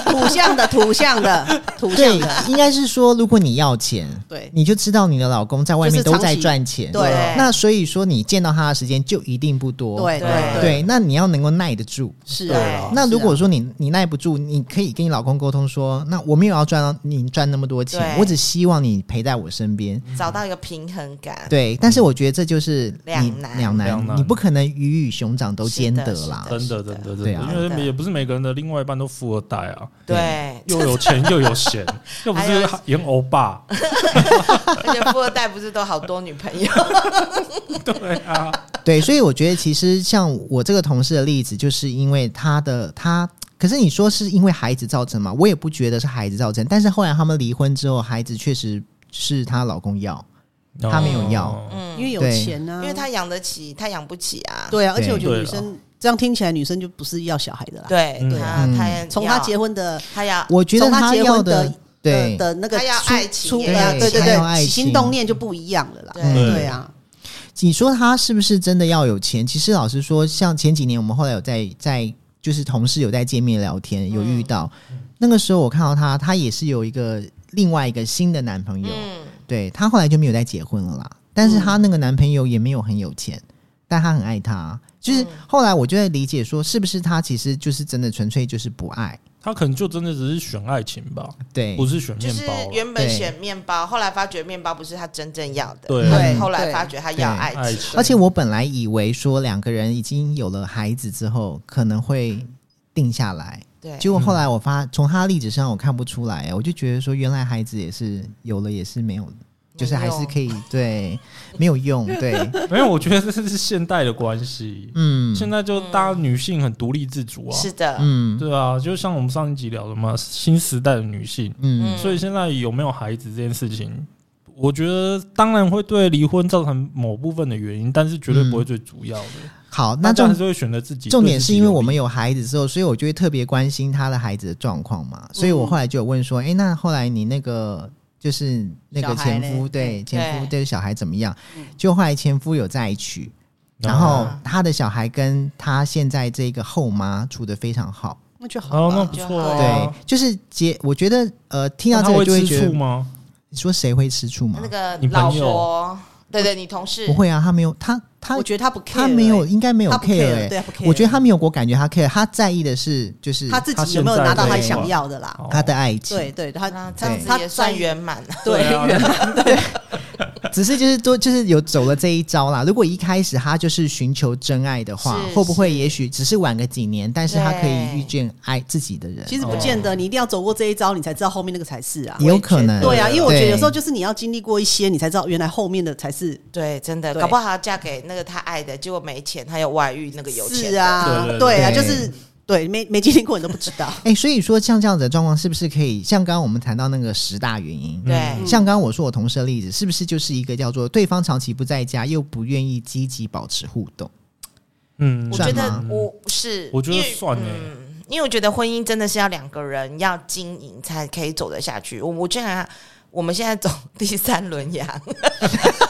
[SPEAKER 3] 土象的，土象的，土象
[SPEAKER 1] 对
[SPEAKER 3] 的，，
[SPEAKER 1] 应该是说，如果你要钱，
[SPEAKER 3] 对
[SPEAKER 1] 你就知道你的老公在外面
[SPEAKER 3] 就是
[SPEAKER 1] 都
[SPEAKER 3] 长
[SPEAKER 1] 在
[SPEAKER 3] 期
[SPEAKER 1] 赚钱，
[SPEAKER 3] 对
[SPEAKER 1] 那所以说你见到他的时间就一定不多，
[SPEAKER 3] 对
[SPEAKER 4] 对
[SPEAKER 1] 对，那你要能够耐得住，
[SPEAKER 3] 是
[SPEAKER 4] 对啊
[SPEAKER 3] 啊。
[SPEAKER 1] 那如果
[SPEAKER 3] 是
[SPEAKER 1] 说你你耐不住，你可以跟你老公沟通说，那我没有要赚到你赚那么多钱，
[SPEAKER 4] 对
[SPEAKER 1] 我只希望你陪在我身边。
[SPEAKER 4] 找到一个平衡感。
[SPEAKER 1] 对，但是我觉得这就是
[SPEAKER 4] 两
[SPEAKER 1] 你
[SPEAKER 4] 难
[SPEAKER 1] 两
[SPEAKER 2] 两
[SPEAKER 1] 难，
[SPEAKER 2] 难
[SPEAKER 1] 你不可能鱼与熊掌都兼得
[SPEAKER 4] 是
[SPEAKER 1] 啦。
[SPEAKER 4] 的
[SPEAKER 2] 真的，
[SPEAKER 4] 是的
[SPEAKER 2] 真的，真的，
[SPEAKER 1] 对啊
[SPEAKER 2] 因
[SPEAKER 4] 真
[SPEAKER 2] 为
[SPEAKER 4] 的
[SPEAKER 2] 也不是每个人的另外一半都富二代啊，
[SPEAKER 4] 对，
[SPEAKER 2] 又有钱又有闲，又不
[SPEAKER 4] 还有
[SPEAKER 2] 是演欧巴，
[SPEAKER 4] 而且富二代不是都好多女朋 友？
[SPEAKER 2] 对啊，
[SPEAKER 1] 对，所以我觉得其实像我这个同事的例子，就是因为他的他。可是你说是因为孩子造成嘛？我也不觉得是孩子造成，但是后来他们离婚之后，孩子确实是她老公要，他没有要
[SPEAKER 2] 哦，
[SPEAKER 3] 因为有
[SPEAKER 1] 对
[SPEAKER 3] 钱
[SPEAKER 4] 嗯
[SPEAKER 3] 啊，
[SPEAKER 4] 因为他养得起，他养不起啊。
[SPEAKER 3] 对啊，而且
[SPEAKER 1] 对
[SPEAKER 3] 我觉得
[SPEAKER 2] 对
[SPEAKER 3] 女
[SPEAKER 2] 了
[SPEAKER 3] 生这样听起来，女生就不是要小孩的啦。
[SPEAKER 4] 对，
[SPEAKER 2] 嗯
[SPEAKER 4] 他
[SPEAKER 1] 嗯
[SPEAKER 4] 他
[SPEAKER 3] 从她
[SPEAKER 4] 要
[SPEAKER 3] 结婚的
[SPEAKER 4] 他要
[SPEAKER 1] 我觉得
[SPEAKER 3] 从他
[SPEAKER 1] 他
[SPEAKER 3] 结
[SPEAKER 1] 要
[SPEAKER 3] 婚
[SPEAKER 1] 的
[SPEAKER 3] 的
[SPEAKER 1] 对
[SPEAKER 3] 的的那个
[SPEAKER 4] 她要
[SPEAKER 3] 出
[SPEAKER 4] 爱情
[SPEAKER 3] 出
[SPEAKER 4] 也
[SPEAKER 1] 要
[SPEAKER 3] 啊对对
[SPEAKER 1] 她要爱
[SPEAKER 3] 对，起
[SPEAKER 1] 情
[SPEAKER 3] 心动念就不一样了啦。
[SPEAKER 4] 对
[SPEAKER 3] 对啊，
[SPEAKER 1] 你说他是不是真的要有钱？其实老实说，像前几年我们后来有在在就是同事有在见面聊天，有
[SPEAKER 3] 嗯
[SPEAKER 1] 遇到、那个时候我看到他，他也是有一个另外一个新的男朋友，
[SPEAKER 4] 嗯，
[SPEAKER 1] 对他后来就没有再结婚了啦。但是
[SPEAKER 2] 嗯
[SPEAKER 1] 他那个男朋友也没有很有钱，但他很爱他。
[SPEAKER 2] 嗯
[SPEAKER 1] 就是后来我就在理解说，是不是他其实就是真的纯粹就是不爱？
[SPEAKER 2] 他可能就真的只是选爱情吧，
[SPEAKER 1] 对
[SPEAKER 2] 不，是选
[SPEAKER 4] 嗯就
[SPEAKER 2] 面
[SPEAKER 4] 是
[SPEAKER 2] 包啊 啦，
[SPEAKER 4] 原本
[SPEAKER 1] 对
[SPEAKER 4] 选面包，后来发觉面包不是他真正要的，
[SPEAKER 2] 对
[SPEAKER 1] 对
[SPEAKER 4] 后来
[SPEAKER 3] 对
[SPEAKER 4] 发觉他要
[SPEAKER 1] 对
[SPEAKER 4] 爱情，
[SPEAKER 2] 爱情
[SPEAKER 1] 而且我本来以为说两个人已经有了孩子之后，可能会定下来。
[SPEAKER 4] 对，
[SPEAKER 1] 结果
[SPEAKER 2] 嗯
[SPEAKER 1] 后来我发从他的例子上我看不出来，我就觉得说原来孩子也是有了也是没有，就是还是可以对没有用 对，
[SPEAKER 2] 没有，我觉得这是现代的关系，
[SPEAKER 1] 嗯
[SPEAKER 2] 现在就大家女性很独立自主啊，
[SPEAKER 4] 是的，
[SPEAKER 1] 嗯
[SPEAKER 2] 对啊，就像我们上一集聊的嘛，新时代的女性，
[SPEAKER 1] 嗯，
[SPEAKER 2] 所以现在有没有孩子这件事情，我觉得当然会对离婚造成某部分的原因，但是绝对不会最主要的。
[SPEAKER 1] 好，嗯那
[SPEAKER 2] 那这
[SPEAKER 1] 重
[SPEAKER 2] 样就会选择自己。
[SPEAKER 1] 重点
[SPEAKER 2] 对自
[SPEAKER 1] 是
[SPEAKER 2] 己
[SPEAKER 1] 因为
[SPEAKER 2] 有
[SPEAKER 1] 我们
[SPEAKER 2] 利
[SPEAKER 1] 有孩子之后，所以我就会特别关心他的孩子的状况嘛，所
[SPEAKER 3] 嗯
[SPEAKER 1] 以我后来就有问说，哎、那后来你那个就是那个
[SPEAKER 3] 小孩
[SPEAKER 1] 前
[SPEAKER 3] 嘞嗯
[SPEAKER 1] 夫对
[SPEAKER 4] 嗯
[SPEAKER 1] 前夫
[SPEAKER 4] 对
[SPEAKER 1] 对小孩怎么样？就后来前夫有再娶，然后
[SPEAKER 2] 啊
[SPEAKER 1] 他的小孩跟他现在这个后妈处的非常好，
[SPEAKER 3] 那就好
[SPEAKER 2] 哦，那
[SPEAKER 3] 吧
[SPEAKER 2] 不
[SPEAKER 4] 就
[SPEAKER 2] 错
[SPEAKER 4] 好
[SPEAKER 2] 啊
[SPEAKER 1] 对。，就是结，我觉得呃，听到
[SPEAKER 2] 那
[SPEAKER 1] 这个
[SPEAKER 2] 哦他会
[SPEAKER 1] 就会
[SPEAKER 2] 吃
[SPEAKER 1] 觉得，
[SPEAKER 2] 醋吗？
[SPEAKER 1] 你说谁会吃醋吗
[SPEAKER 4] 那？个
[SPEAKER 2] 你朋
[SPEAKER 4] 老
[SPEAKER 2] 友
[SPEAKER 4] 婆，对对，你同事
[SPEAKER 1] 不，会啊，他没有，他他
[SPEAKER 3] 我觉得他不 care，
[SPEAKER 1] 他没有，
[SPEAKER 3] 欸
[SPEAKER 1] 应该没有
[SPEAKER 3] 他不 care，
[SPEAKER 1] 哎、
[SPEAKER 3] 对他不 care
[SPEAKER 1] 我觉得他没有，我感觉他 care，他在意的是就是
[SPEAKER 3] 他自己有没有拿到他想要的啦？
[SPEAKER 2] 好
[SPEAKER 1] 他的爱情，
[SPEAKER 3] 对对，他
[SPEAKER 4] 那这样子
[SPEAKER 3] 对
[SPEAKER 4] 也算圆满。
[SPEAKER 3] 对
[SPEAKER 2] 对啊
[SPEAKER 3] 圆满
[SPEAKER 1] 只是就是多就是有走了这一招啦。如果一开始他就是寻求真爱的话，
[SPEAKER 4] 是
[SPEAKER 1] 会不会也许只是晚个几年，但是他可以
[SPEAKER 4] 对
[SPEAKER 1] 遇见爱自己的人？
[SPEAKER 3] 其实不见得，你一定要走过这一招，你才知道后面那个才是啊
[SPEAKER 1] 也。哦有可能，
[SPEAKER 3] 对啊，因为我觉得有时候
[SPEAKER 1] 对
[SPEAKER 3] 就是你要经历过一些，你才知道原来后面的才是
[SPEAKER 4] 对，真的，
[SPEAKER 3] 对
[SPEAKER 4] 搞不好她嫁给那个她爱的，结果没钱，她有外遇，那个有钱
[SPEAKER 3] 是
[SPEAKER 4] 的，
[SPEAKER 3] 啊
[SPEAKER 2] 对对，
[SPEAKER 3] 对啊，
[SPEAKER 1] 对
[SPEAKER 3] 就是对没没经历过你都不知道。
[SPEAKER 1] 哎、所以说像这样子的状况，是不是可以像刚刚我们谈到那个十大原因？嗯
[SPEAKER 4] 对，
[SPEAKER 2] 嗯
[SPEAKER 1] 像刚刚我说我同事的例子，是不是就是一个叫做对方长期不在家，又不愿意积极保持互动？
[SPEAKER 2] 嗯
[SPEAKER 4] 我
[SPEAKER 1] 算
[SPEAKER 4] 觉
[SPEAKER 1] 吗
[SPEAKER 4] 得我是，
[SPEAKER 2] 我觉得
[SPEAKER 4] 因为
[SPEAKER 2] 算欸
[SPEAKER 4] 嗯，因为我觉得婚姻真的是要两个人要经营才可以走得下去。我我居然我们现在走 第三轮羊，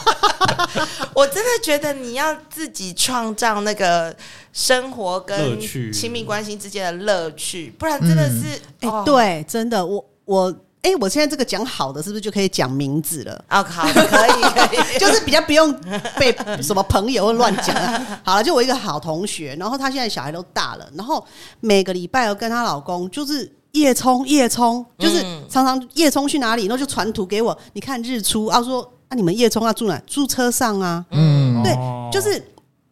[SPEAKER 4] 我真的觉得你要自己创造那个生活
[SPEAKER 2] 乐
[SPEAKER 4] 跟
[SPEAKER 2] 趣嗯
[SPEAKER 4] 亲密关系之间的乐趣，不然真的是、
[SPEAKER 3] 哎
[SPEAKER 4] 哦，。
[SPEAKER 3] 对，真的，我我哎，我现在这个讲好的是不是就可以讲名字 了？
[SPEAKER 4] 哦，好，可以，可以
[SPEAKER 3] 就是比较不用被什么朋友乱讲。啊 好了，就我一个好同学，然后她现在小孩都大了，然后每个礼拜要跟她老公就是夜冲夜冲，就是
[SPEAKER 4] 嗯
[SPEAKER 3] 常常夜冲去哪里，然后就传图给我，你看日出啊，说啊你们夜冲要住哪？住车上啊，
[SPEAKER 1] 嗯，
[SPEAKER 3] 对
[SPEAKER 2] 哦
[SPEAKER 3] 就是。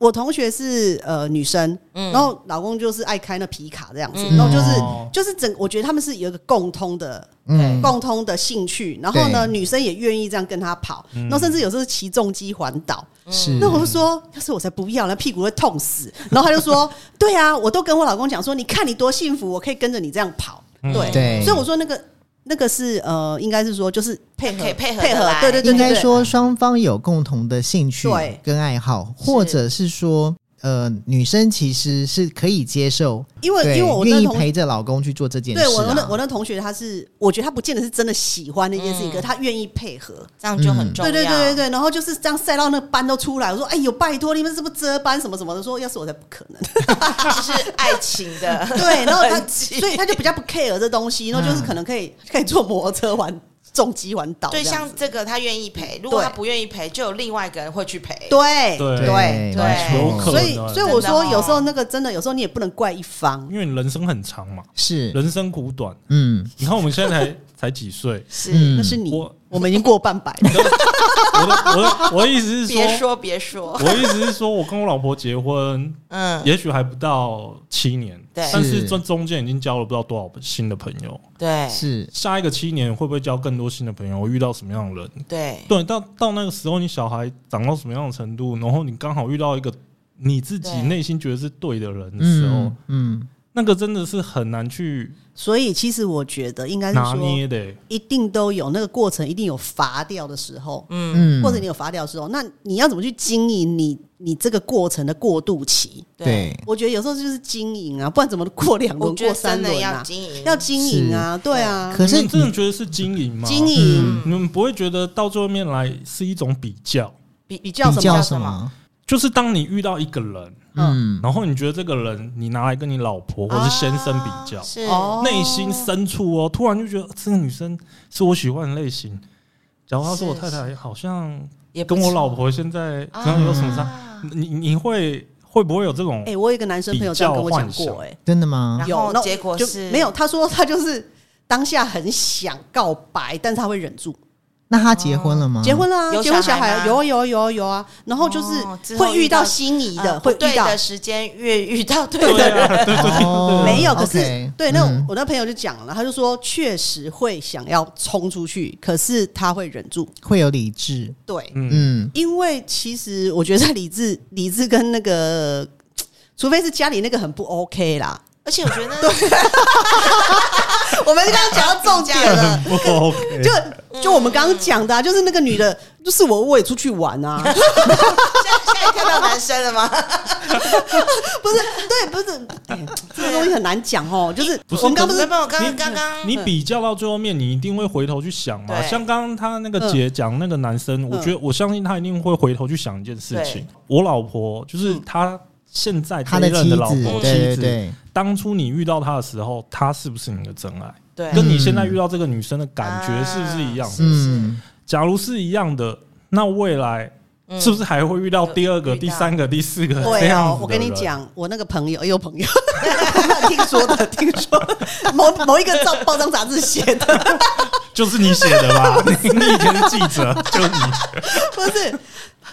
[SPEAKER 3] 我同学是呃女生，
[SPEAKER 4] 嗯
[SPEAKER 3] 然后老公就是爱开那皮卡这样子，
[SPEAKER 4] 嗯
[SPEAKER 3] 然后就是
[SPEAKER 2] 哦
[SPEAKER 3] 就是整，我觉得他们是有一个共通的
[SPEAKER 1] 嗯，
[SPEAKER 3] 共通的兴趣，然后呢，
[SPEAKER 1] 对
[SPEAKER 3] 女生也愿意这样跟他跑，
[SPEAKER 2] 嗯
[SPEAKER 3] 然后甚至有时候是骑重机环岛。
[SPEAKER 4] 嗯
[SPEAKER 1] 是
[SPEAKER 3] 那我就说，要是我才不要，那屁股会痛死。 然后他就说，对啊，我都跟我老公讲说，你看你多幸福，我可以跟着你这样跑。
[SPEAKER 2] 嗯
[SPEAKER 3] 对，
[SPEAKER 1] 对
[SPEAKER 3] 所以我说那个那个是呃，应该是说就是配合
[SPEAKER 4] 可以配合
[SPEAKER 3] 配
[SPEAKER 4] 得
[SPEAKER 3] 合，
[SPEAKER 4] 来
[SPEAKER 3] 对对对
[SPEAKER 1] 应
[SPEAKER 3] 对
[SPEAKER 1] 该
[SPEAKER 3] 对。
[SPEAKER 1] 说双方有共同的兴趣
[SPEAKER 3] 对
[SPEAKER 1] 跟爱好，或者是说，呃，女生其实是可以接受，
[SPEAKER 3] 因为
[SPEAKER 1] 对
[SPEAKER 3] 因为我
[SPEAKER 1] 愿
[SPEAKER 3] 那
[SPEAKER 1] 意
[SPEAKER 3] 同
[SPEAKER 1] 陪着老公去做这件事、啊。
[SPEAKER 3] 对我那我那同学，他是我觉得他不见得是真的喜欢那件事情，
[SPEAKER 4] 嗯
[SPEAKER 3] 可是他愿意配合。
[SPEAKER 4] 这样就很重要。
[SPEAKER 3] 嗯对对对对对，然后就是这样晒到那斑都出来，我说哎呦拜托你们是不是遮斑什么什么的，说要是我才不可能。
[SPEAKER 4] 就是爱情的 痕迹，
[SPEAKER 3] 对，然后他所以他就比较不 care 这东西，然后就是可能可以可以坐摩托车玩重机玩岛这
[SPEAKER 4] 对，
[SPEAKER 3] 样
[SPEAKER 4] 像
[SPEAKER 3] 子，
[SPEAKER 4] 这个他愿意陪，如果他
[SPEAKER 3] 对
[SPEAKER 4] 不愿意陪，就有另外一个人会去陪。
[SPEAKER 3] 对
[SPEAKER 2] 对
[SPEAKER 1] 对
[SPEAKER 4] 对
[SPEAKER 3] 对
[SPEAKER 1] 没
[SPEAKER 2] 有
[SPEAKER 1] 错
[SPEAKER 2] 可
[SPEAKER 3] 所以
[SPEAKER 2] 能
[SPEAKER 3] 所以我说
[SPEAKER 4] 真的哦
[SPEAKER 3] 有时候那个真的有时候你也不能怪一方，
[SPEAKER 2] 因为你人生很长嘛，
[SPEAKER 1] 是
[SPEAKER 2] 人生苦短。
[SPEAKER 1] 嗯
[SPEAKER 2] 你看我们现在才才几岁，
[SPEAKER 4] 是
[SPEAKER 1] 嗯，
[SPEAKER 3] 那是你
[SPEAKER 2] 我，
[SPEAKER 3] 我们已经过半百了，
[SPEAKER 2] 我的我的我的意思是
[SPEAKER 4] 别
[SPEAKER 2] 说，
[SPEAKER 4] 说别说
[SPEAKER 2] 我，的意思是说我跟我老婆结婚，
[SPEAKER 4] 嗯，
[SPEAKER 2] 也许还不到七年，
[SPEAKER 4] 对
[SPEAKER 2] 但是
[SPEAKER 1] 是
[SPEAKER 2] 这中间已经交了不知道多少新的朋友。
[SPEAKER 4] 对
[SPEAKER 1] 是
[SPEAKER 2] 下一个七年会不会交更多新的朋友？我遇到什么样的人？
[SPEAKER 4] 对
[SPEAKER 2] 对，到到那个时候，你小孩长到什么样的程度，然后你刚好遇到一个你自己
[SPEAKER 4] 对
[SPEAKER 2] 内心觉得是对的人的时候，
[SPEAKER 1] 嗯嗯
[SPEAKER 2] 那个真的是很难去
[SPEAKER 3] 所以其实我觉得应该是
[SPEAKER 2] 拿
[SPEAKER 3] 说
[SPEAKER 2] 捏的欸、
[SPEAKER 3] 一定都有那个过程，一定有乏掉的时候，
[SPEAKER 1] 嗯，
[SPEAKER 3] 或者你有乏掉的时候，那你要怎么去经营你你这个过程的过渡期？
[SPEAKER 1] 对
[SPEAKER 3] 我觉得有时候就是经营啊，不然怎么过两
[SPEAKER 4] 我
[SPEAKER 3] 轮
[SPEAKER 4] 觉
[SPEAKER 3] 过
[SPEAKER 4] 得
[SPEAKER 3] 三
[SPEAKER 4] 真的
[SPEAKER 3] 轮
[SPEAKER 4] 要
[SPEAKER 3] 啊？
[SPEAKER 4] 经营，
[SPEAKER 3] 要经营啊，对啊，
[SPEAKER 1] 可是
[SPEAKER 2] 你们真的
[SPEAKER 1] 你
[SPEAKER 2] 觉得是经营吗？
[SPEAKER 3] 经
[SPEAKER 1] 嗯
[SPEAKER 3] 营
[SPEAKER 2] 你们不会觉得到最后面来是一种比较，
[SPEAKER 4] 比
[SPEAKER 3] 比
[SPEAKER 4] 比
[SPEAKER 3] 较
[SPEAKER 1] 比
[SPEAKER 3] 什
[SPEAKER 1] 较
[SPEAKER 3] 么？
[SPEAKER 1] 什么？
[SPEAKER 2] 就是当你遇到一个人，
[SPEAKER 3] 嗯，
[SPEAKER 1] 嗯，
[SPEAKER 2] 然后你觉得这个人你拿来跟你老婆或是先生比较，
[SPEAKER 4] 是
[SPEAKER 3] 哦
[SPEAKER 2] 内心深处哦，突然就觉得这个女生是我喜欢的类型。假如她是我太太，好像
[SPEAKER 4] 也不
[SPEAKER 2] 跟我
[SPEAKER 4] 错
[SPEAKER 2] 老婆现在好像有什么差，
[SPEAKER 4] 啊
[SPEAKER 2] 你你会会不会有这种
[SPEAKER 3] 哎、？我有一个男生朋友这样跟我讲过、哎，
[SPEAKER 1] 真的吗？
[SPEAKER 4] 比较幻想
[SPEAKER 3] 有，那
[SPEAKER 4] 结果
[SPEAKER 3] 就是没有。他说他就是当下很想告白，但是他会忍住。
[SPEAKER 1] 那他结婚了吗？
[SPEAKER 3] 结婚了、啊，
[SPEAKER 4] 有
[SPEAKER 3] 结婚
[SPEAKER 4] 小
[SPEAKER 3] 小
[SPEAKER 4] 孩
[SPEAKER 3] 孩
[SPEAKER 4] 吗
[SPEAKER 3] 有啊有啊有啊有啊，然后就是
[SPEAKER 4] 哦之后
[SPEAKER 3] 会遇到心仪的，
[SPEAKER 4] 呃
[SPEAKER 3] 会
[SPEAKER 4] 不对
[SPEAKER 3] 遇到。
[SPEAKER 4] 的时间越遇到对
[SPEAKER 2] 对
[SPEAKER 4] 的人，
[SPEAKER 2] 啊，对对
[SPEAKER 1] 哦，
[SPEAKER 3] 没有，可是
[SPEAKER 1] OK，
[SPEAKER 3] 对，那
[SPEAKER 1] 嗯
[SPEAKER 3] 我那朋友就讲了，他就说确实会想要冲出去，可是他会忍住。
[SPEAKER 1] 会有理智，
[SPEAKER 3] 对，
[SPEAKER 2] 嗯，
[SPEAKER 1] 嗯，
[SPEAKER 3] 因为其实我觉得在理智、理智跟那个，除非是家里那个很不 OK 啦，
[SPEAKER 4] 而且我觉得
[SPEAKER 3] 我们刚刚讲到重点了，
[SPEAKER 2] 不 OK，
[SPEAKER 3] 就就我们刚刚讲的、啊，就是那个女的，就是我我也出去玩啊，
[SPEAKER 4] 现在现在看到男生了吗？
[SPEAKER 3] 不是对，不是、哎这个东西很难讲哦，就是
[SPEAKER 2] 不是
[SPEAKER 3] 我们刚刚不
[SPEAKER 4] 没
[SPEAKER 3] 是
[SPEAKER 4] 有，刚
[SPEAKER 2] 你
[SPEAKER 4] 刚刚刚
[SPEAKER 2] 你比较到最后面，你一定会回头去想嘛。
[SPEAKER 4] 对
[SPEAKER 2] 像刚刚他那个姐讲那个男生，我
[SPEAKER 3] 嗯
[SPEAKER 2] 觉得我相信他一定会回头去想一件事情。我老婆就是他现在
[SPEAKER 1] 他
[SPEAKER 2] 这一任
[SPEAKER 1] 妻
[SPEAKER 2] 的老
[SPEAKER 1] 子，
[SPEAKER 2] 婆
[SPEAKER 1] 对
[SPEAKER 2] 妻
[SPEAKER 1] 对
[SPEAKER 2] 子，
[SPEAKER 1] 对，
[SPEAKER 2] 当初你遇到他的时候，他是不是你的真爱？
[SPEAKER 4] 对
[SPEAKER 2] 跟你
[SPEAKER 1] 嗯
[SPEAKER 2] 现在遇到这个女生的感觉是不是一样的？
[SPEAKER 1] 嗯，
[SPEAKER 2] 假如是一样的，那未来
[SPEAKER 4] 嗯
[SPEAKER 2] 是不是还会遇到
[SPEAKER 4] 有
[SPEAKER 2] 第二个、
[SPEAKER 4] 遇到
[SPEAKER 2] 第三个、第四个这
[SPEAKER 3] 对
[SPEAKER 2] 样
[SPEAKER 3] 哦
[SPEAKER 2] 子，
[SPEAKER 3] 我跟你
[SPEAKER 2] 的人，
[SPEAKER 3] 讲，我那个朋友，哎呦朋友， 听说的，听说的某某一个报报章杂志写的，
[SPEAKER 2] 就是你写的吧？你你以前是记者，就是你。
[SPEAKER 3] 不是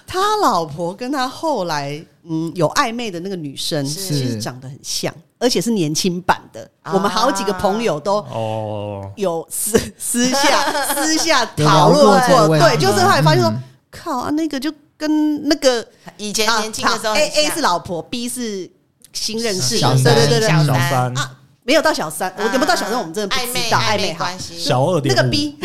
[SPEAKER 3] 他老婆跟他后来嗯有暧昧的那个女生，
[SPEAKER 4] 是
[SPEAKER 3] 其实长得很像，而且是年轻版的。
[SPEAKER 4] 啊
[SPEAKER 3] 我们好几个朋友都。
[SPEAKER 2] 哦，
[SPEAKER 3] 有私私下私下
[SPEAKER 1] 有
[SPEAKER 3] 讨
[SPEAKER 1] 聊过
[SPEAKER 3] 论
[SPEAKER 1] 这个
[SPEAKER 3] 过，
[SPEAKER 1] 问
[SPEAKER 3] 对，
[SPEAKER 1] 题
[SPEAKER 3] 就是后来发现说
[SPEAKER 1] 嗯，
[SPEAKER 3] 靠啊，那个就跟那个
[SPEAKER 4] 以前
[SPEAKER 3] 啊
[SPEAKER 4] 年轻的时候
[SPEAKER 3] ，A
[SPEAKER 4] 很像
[SPEAKER 3] A 是老婆，B 是新认识
[SPEAKER 1] 小
[SPEAKER 3] 的，
[SPEAKER 1] 三
[SPEAKER 3] 对对对对，
[SPEAKER 4] 小
[SPEAKER 2] 小
[SPEAKER 4] 三
[SPEAKER 2] 三、
[SPEAKER 3] 啊，没有到小三，我有没有到小三，我们真的
[SPEAKER 4] 嗯
[SPEAKER 3] 不
[SPEAKER 4] 暧昧
[SPEAKER 3] 知道
[SPEAKER 4] 暧
[SPEAKER 3] 暧
[SPEAKER 4] 昧
[SPEAKER 3] 昧哈。
[SPEAKER 4] 关系，
[SPEAKER 2] 小二
[SPEAKER 3] 那
[SPEAKER 2] 点
[SPEAKER 3] 个
[SPEAKER 2] 五
[SPEAKER 3] B，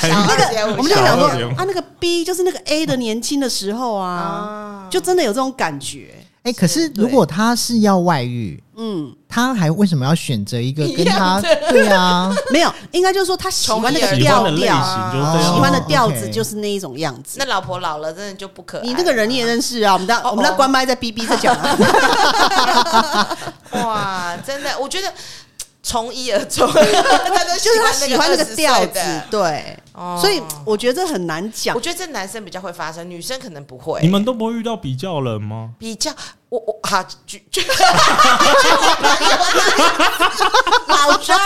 [SPEAKER 4] 小
[SPEAKER 3] 那
[SPEAKER 4] 二
[SPEAKER 3] 个
[SPEAKER 4] 点五
[SPEAKER 3] 我们就想说
[SPEAKER 2] 小二点五
[SPEAKER 3] 啊，那个 B 就是那个 A 的年轻的时候啊，
[SPEAKER 4] 啊
[SPEAKER 3] 就真的有这种感觉。
[SPEAKER 1] 哎，可是
[SPEAKER 3] 对
[SPEAKER 1] 如果他是要外遇，
[SPEAKER 3] 嗯，
[SPEAKER 1] 他还为什么要选择一个
[SPEAKER 4] 一
[SPEAKER 1] 跟
[SPEAKER 4] 样
[SPEAKER 1] 他
[SPEAKER 4] 的
[SPEAKER 1] 对啊？
[SPEAKER 3] 没有，应该就是说他喜欢那个
[SPEAKER 4] 重
[SPEAKER 2] 喜欢
[SPEAKER 3] 调
[SPEAKER 2] 的类型啊
[SPEAKER 3] 调，
[SPEAKER 2] 就是这
[SPEAKER 1] 喜
[SPEAKER 3] 喜
[SPEAKER 2] 样。
[SPEAKER 3] 欢的调
[SPEAKER 1] 哦
[SPEAKER 3] 子
[SPEAKER 1] ，OK
[SPEAKER 3] 就是那一种样子
[SPEAKER 4] 那。老婆老了，真的就不可爱了。
[SPEAKER 3] 你那个人你也认识啊？我们
[SPEAKER 4] 哦
[SPEAKER 3] 家我们家关麦在哔哔在讲 啊，
[SPEAKER 4] 哇，真的，我觉得从一而 终，他都
[SPEAKER 3] 就是他喜欢那个
[SPEAKER 4] 20岁
[SPEAKER 3] 调子
[SPEAKER 4] 的，
[SPEAKER 3] 对。
[SPEAKER 4] 哦
[SPEAKER 3] 所以我觉得这很难讲
[SPEAKER 4] 我。觉得这男生比较会发生，女生可能不会。
[SPEAKER 2] 你们都不会遇到比较人吗？
[SPEAKER 4] 比较，我我好举举
[SPEAKER 3] 老张，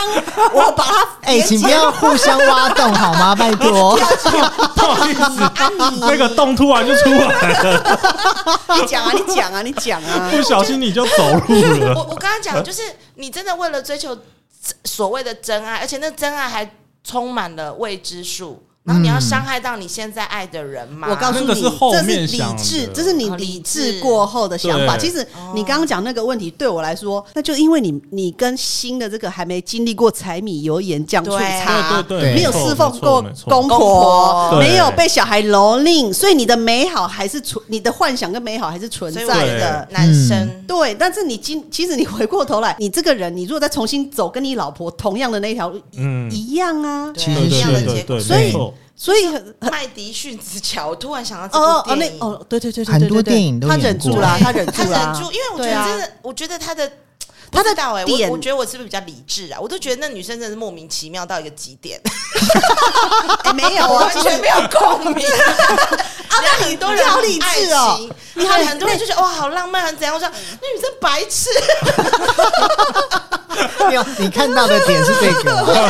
[SPEAKER 3] 我把他
[SPEAKER 1] 哎，请不要互相挖洞好吗？拜托，
[SPEAKER 2] 不好意
[SPEAKER 3] 哎
[SPEAKER 2] 思，
[SPEAKER 3] 嗯
[SPEAKER 2] 那
[SPEAKER 4] 啊
[SPEAKER 2] 个洞突然就出来了，
[SPEAKER 3] 你讲啊，你讲啊，你讲 啊。
[SPEAKER 2] 不小心你就走路
[SPEAKER 4] 我
[SPEAKER 2] 了。
[SPEAKER 4] 我刚刚讲，就是你真的为了追求所谓的真爱，而且那真爱还充满了未知数，然后你要伤害到你现在爱的人吗？
[SPEAKER 3] 我告诉
[SPEAKER 2] 那个
[SPEAKER 3] 你，
[SPEAKER 2] 是后
[SPEAKER 3] 这是
[SPEAKER 2] 面
[SPEAKER 3] 理
[SPEAKER 2] 想的哦
[SPEAKER 3] 智，这是你
[SPEAKER 4] 哦
[SPEAKER 3] 理
[SPEAKER 4] 理
[SPEAKER 3] 智
[SPEAKER 4] 智
[SPEAKER 3] 过后的想法。
[SPEAKER 2] 对
[SPEAKER 3] 其实
[SPEAKER 4] 哦
[SPEAKER 3] 你刚刚讲那个问题，对我来说，那就因为你你跟新的这个还没经历过柴米油盐酱醋
[SPEAKER 4] 对
[SPEAKER 3] 茶，
[SPEAKER 2] 对
[SPEAKER 1] 对
[SPEAKER 2] 对，
[SPEAKER 3] 没有
[SPEAKER 2] 错
[SPEAKER 3] 侍奉过
[SPEAKER 2] 没错
[SPEAKER 3] 公
[SPEAKER 2] 没错
[SPEAKER 4] 公
[SPEAKER 3] 婆
[SPEAKER 4] 婆，
[SPEAKER 2] 对
[SPEAKER 3] 没有被小孩蹂躏，所以你的美好还是存，你的幻想跟美好还是存
[SPEAKER 4] 所以
[SPEAKER 3] 在
[SPEAKER 4] 我觉
[SPEAKER 3] 的
[SPEAKER 4] 得。男生
[SPEAKER 3] 对，但是你今其实你回过头来，你这个人，你如果再重新走跟你老婆同样的那一条路，
[SPEAKER 2] 嗯，
[SPEAKER 3] 一样啊。
[SPEAKER 1] 其实
[SPEAKER 2] 对
[SPEAKER 1] 是
[SPEAKER 4] 一样
[SPEAKER 2] 对
[SPEAKER 4] 的
[SPEAKER 2] 对
[SPEAKER 4] 结
[SPEAKER 2] 对，
[SPEAKER 4] 果。
[SPEAKER 1] 所
[SPEAKER 2] 没
[SPEAKER 1] 以
[SPEAKER 2] 错，
[SPEAKER 3] 所以很
[SPEAKER 4] 麦迪逊之桥，我突然想
[SPEAKER 3] 哦
[SPEAKER 4] 到这部
[SPEAKER 3] 哦那
[SPEAKER 4] 电影，
[SPEAKER 3] 哦，对对对对对，
[SPEAKER 1] 很多
[SPEAKER 3] 对对
[SPEAKER 1] 电影都
[SPEAKER 3] 他
[SPEAKER 1] 演
[SPEAKER 3] 忍住
[SPEAKER 1] 过
[SPEAKER 3] 了，
[SPEAKER 4] 对
[SPEAKER 3] 他忍住了，
[SPEAKER 4] 他忍住，因为我觉
[SPEAKER 3] 对
[SPEAKER 4] 得
[SPEAKER 3] 啊
[SPEAKER 4] 真的，我觉得他的。
[SPEAKER 3] 他的
[SPEAKER 4] 不知道哎、
[SPEAKER 3] 点
[SPEAKER 4] 我我觉得我是不是比较理智啊？我都觉得那女生真的是莫名其妙到一个极点，
[SPEAKER 3] 哎没有
[SPEAKER 4] 我
[SPEAKER 3] 啊，
[SPEAKER 4] 完
[SPEAKER 3] 就
[SPEAKER 4] 全
[SPEAKER 3] 是
[SPEAKER 4] 没有共鸣。
[SPEAKER 3] 啊，那你
[SPEAKER 4] 很多人
[SPEAKER 3] 好
[SPEAKER 4] 很
[SPEAKER 3] 理智哦，
[SPEAKER 4] 爱情，还很多人就觉得哇，好浪漫，啊很怎样？我说
[SPEAKER 3] 嗯
[SPEAKER 4] 那女生白痴，
[SPEAKER 1] 没有你看到的点是这个。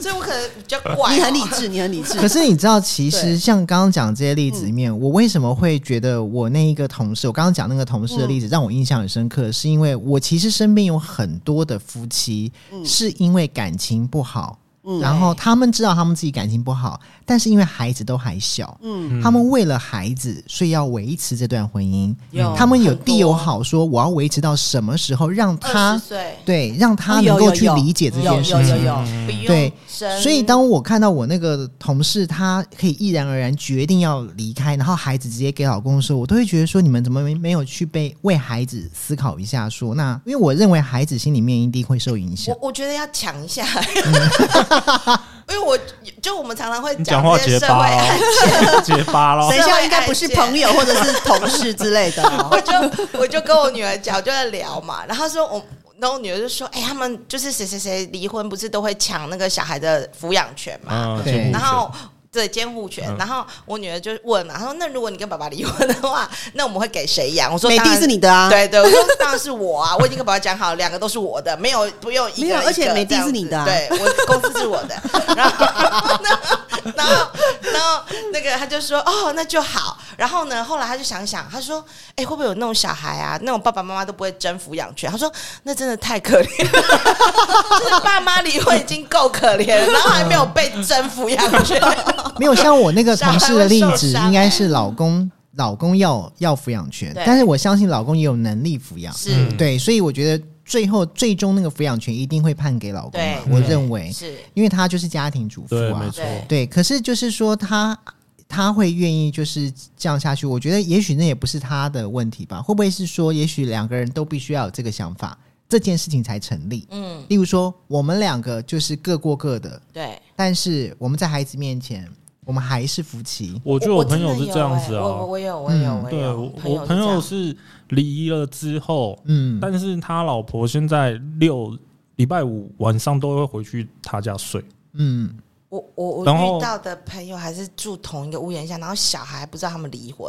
[SPEAKER 4] 所以我可能比较怪、哦
[SPEAKER 3] 你很理，智，你很理
[SPEAKER 1] 可
[SPEAKER 3] 智，
[SPEAKER 1] 是你知道，其实
[SPEAKER 3] 对嗯
[SPEAKER 1] 像刚刚讲这些例子里面，我为什么会觉得我那一个同事，我刚刚讲那个同事的
[SPEAKER 3] 嗯
[SPEAKER 1] 例子让我印象很深刻，是因为我其实身边有很多的夫妻
[SPEAKER 3] 嗯
[SPEAKER 1] 是因为感情不好。然后他们知道他们自己感情不好，但是因为孩子都还小，嗯，他们为了孩子，所以要维持这段婚
[SPEAKER 3] 嗯
[SPEAKER 1] 姻。
[SPEAKER 4] 有
[SPEAKER 1] 他们有
[SPEAKER 4] 很多
[SPEAKER 1] 地有好说，我要维持到什么时候，让
[SPEAKER 4] 二
[SPEAKER 1] 他
[SPEAKER 4] 十岁
[SPEAKER 1] 对让他
[SPEAKER 3] 哦
[SPEAKER 1] 能
[SPEAKER 3] 有
[SPEAKER 1] 够
[SPEAKER 3] 有
[SPEAKER 1] 去
[SPEAKER 3] 有
[SPEAKER 1] 理解这
[SPEAKER 3] 有
[SPEAKER 1] 件事
[SPEAKER 3] 有有
[SPEAKER 1] 情。
[SPEAKER 3] 有，
[SPEAKER 4] 不用
[SPEAKER 1] 对
[SPEAKER 4] 生
[SPEAKER 1] 所以，当我看到我那个同事，她可以毅然而然决定要离开，然后孩子直接给老公的时候，我都会觉得说，你们怎么没没有去被为孩子思考一下说那因为我认为孩子心里面一定会受影响。
[SPEAKER 4] 我我觉得要抢一 下，因为我就我们常常会
[SPEAKER 2] 你
[SPEAKER 4] 讲
[SPEAKER 2] 讲话
[SPEAKER 4] 这
[SPEAKER 2] 结
[SPEAKER 4] 些社
[SPEAKER 2] 巴
[SPEAKER 4] 会案
[SPEAKER 2] 哦，结巴哦喽
[SPEAKER 3] 等。一下应该不是朋友或者是同事之类的哦，
[SPEAKER 4] 我就我就跟我女儿讲，我就在聊嘛，然后她说我。然后我女儿就说：“哎、他们就是谁谁谁离婚，不是都会抢那个小孩的抚养权嘛？
[SPEAKER 2] 嗯，
[SPEAKER 1] 对
[SPEAKER 2] 进步
[SPEAKER 4] 然
[SPEAKER 2] 学
[SPEAKER 4] 后啊对监护权，
[SPEAKER 2] 嗯
[SPEAKER 4] 然后我女儿就问啊嘛，她说：“那如果你跟爸爸离婚的话， 那我们会给谁养？”我说：“
[SPEAKER 3] 美
[SPEAKER 4] 当
[SPEAKER 3] 的
[SPEAKER 4] 然
[SPEAKER 3] 是你的啊，
[SPEAKER 4] 对对，我说当然是我啊，我已经跟爸爸讲好，两个都是我的，没有不用一个
[SPEAKER 3] 没有
[SPEAKER 4] 一个
[SPEAKER 3] 而且美
[SPEAKER 4] 这
[SPEAKER 3] 的
[SPEAKER 4] 样
[SPEAKER 3] 是你的啊
[SPEAKER 4] 子对我公司是我的。 然后然后然后那个他就说哦，那就好。然后呢，后来他就想想，他说哎、会不会有那种小孩啊，那种爸爸妈妈都不会争抚养权？他说那真的太可怜 了，就是爸妈离婚已经够可怜了，然后还没有被争抚养权。
[SPEAKER 1] 没有像我那个同事的例子，
[SPEAKER 4] 小孩会受伤欸
[SPEAKER 1] 应该是老公。老公要要抚养权，
[SPEAKER 4] 对
[SPEAKER 1] 但是我相信老公也有能力抚养，
[SPEAKER 4] 是、
[SPEAKER 2] 嗯
[SPEAKER 1] 对，所以我觉得最后最终那个抚养权一定会判给老公嘛，
[SPEAKER 4] 对
[SPEAKER 1] 我
[SPEAKER 2] 对
[SPEAKER 1] 认为，
[SPEAKER 4] 是，
[SPEAKER 1] 因为他就是家庭主妇
[SPEAKER 2] 对，
[SPEAKER 1] 啊
[SPEAKER 2] 没，错，
[SPEAKER 4] 对
[SPEAKER 1] 对，可是就是说他他会愿意就是这样下去，我觉得也许那也不是他的问题吧？会不会是说，也许两个人都必须要有这个想法，这件事情才成立？
[SPEAKER 4] 嗯，
[SPEAKER 1] 例如说，我们两个就是各过各的，
[SPEAKER 4] 对。
[SPEAKER 1] 但是我们在孩子面前，我们还是夫妻。
[SPEAKER 2] 我觉得我朋友是这样子啊，
[SPEAKER 4] 我我有我有我
[SPEAKER 2] 对
[SPEAKER 4] 有，
[SPEAKER 2] 我我朋友是离了之后，
[SPEAKER 1] 嗯，
[SPEAKER 2] 但是他老婆现在六礼拜五晚上都会回去他家睡，
[SPEAKER 1] 嗯，
[SPEAKER 4] 我我我
[SPEAKER 2] 然后
[SPEAKER 4] 遇到的朋友还是住同一个屋檐下，然后小孩不知道他们离婚，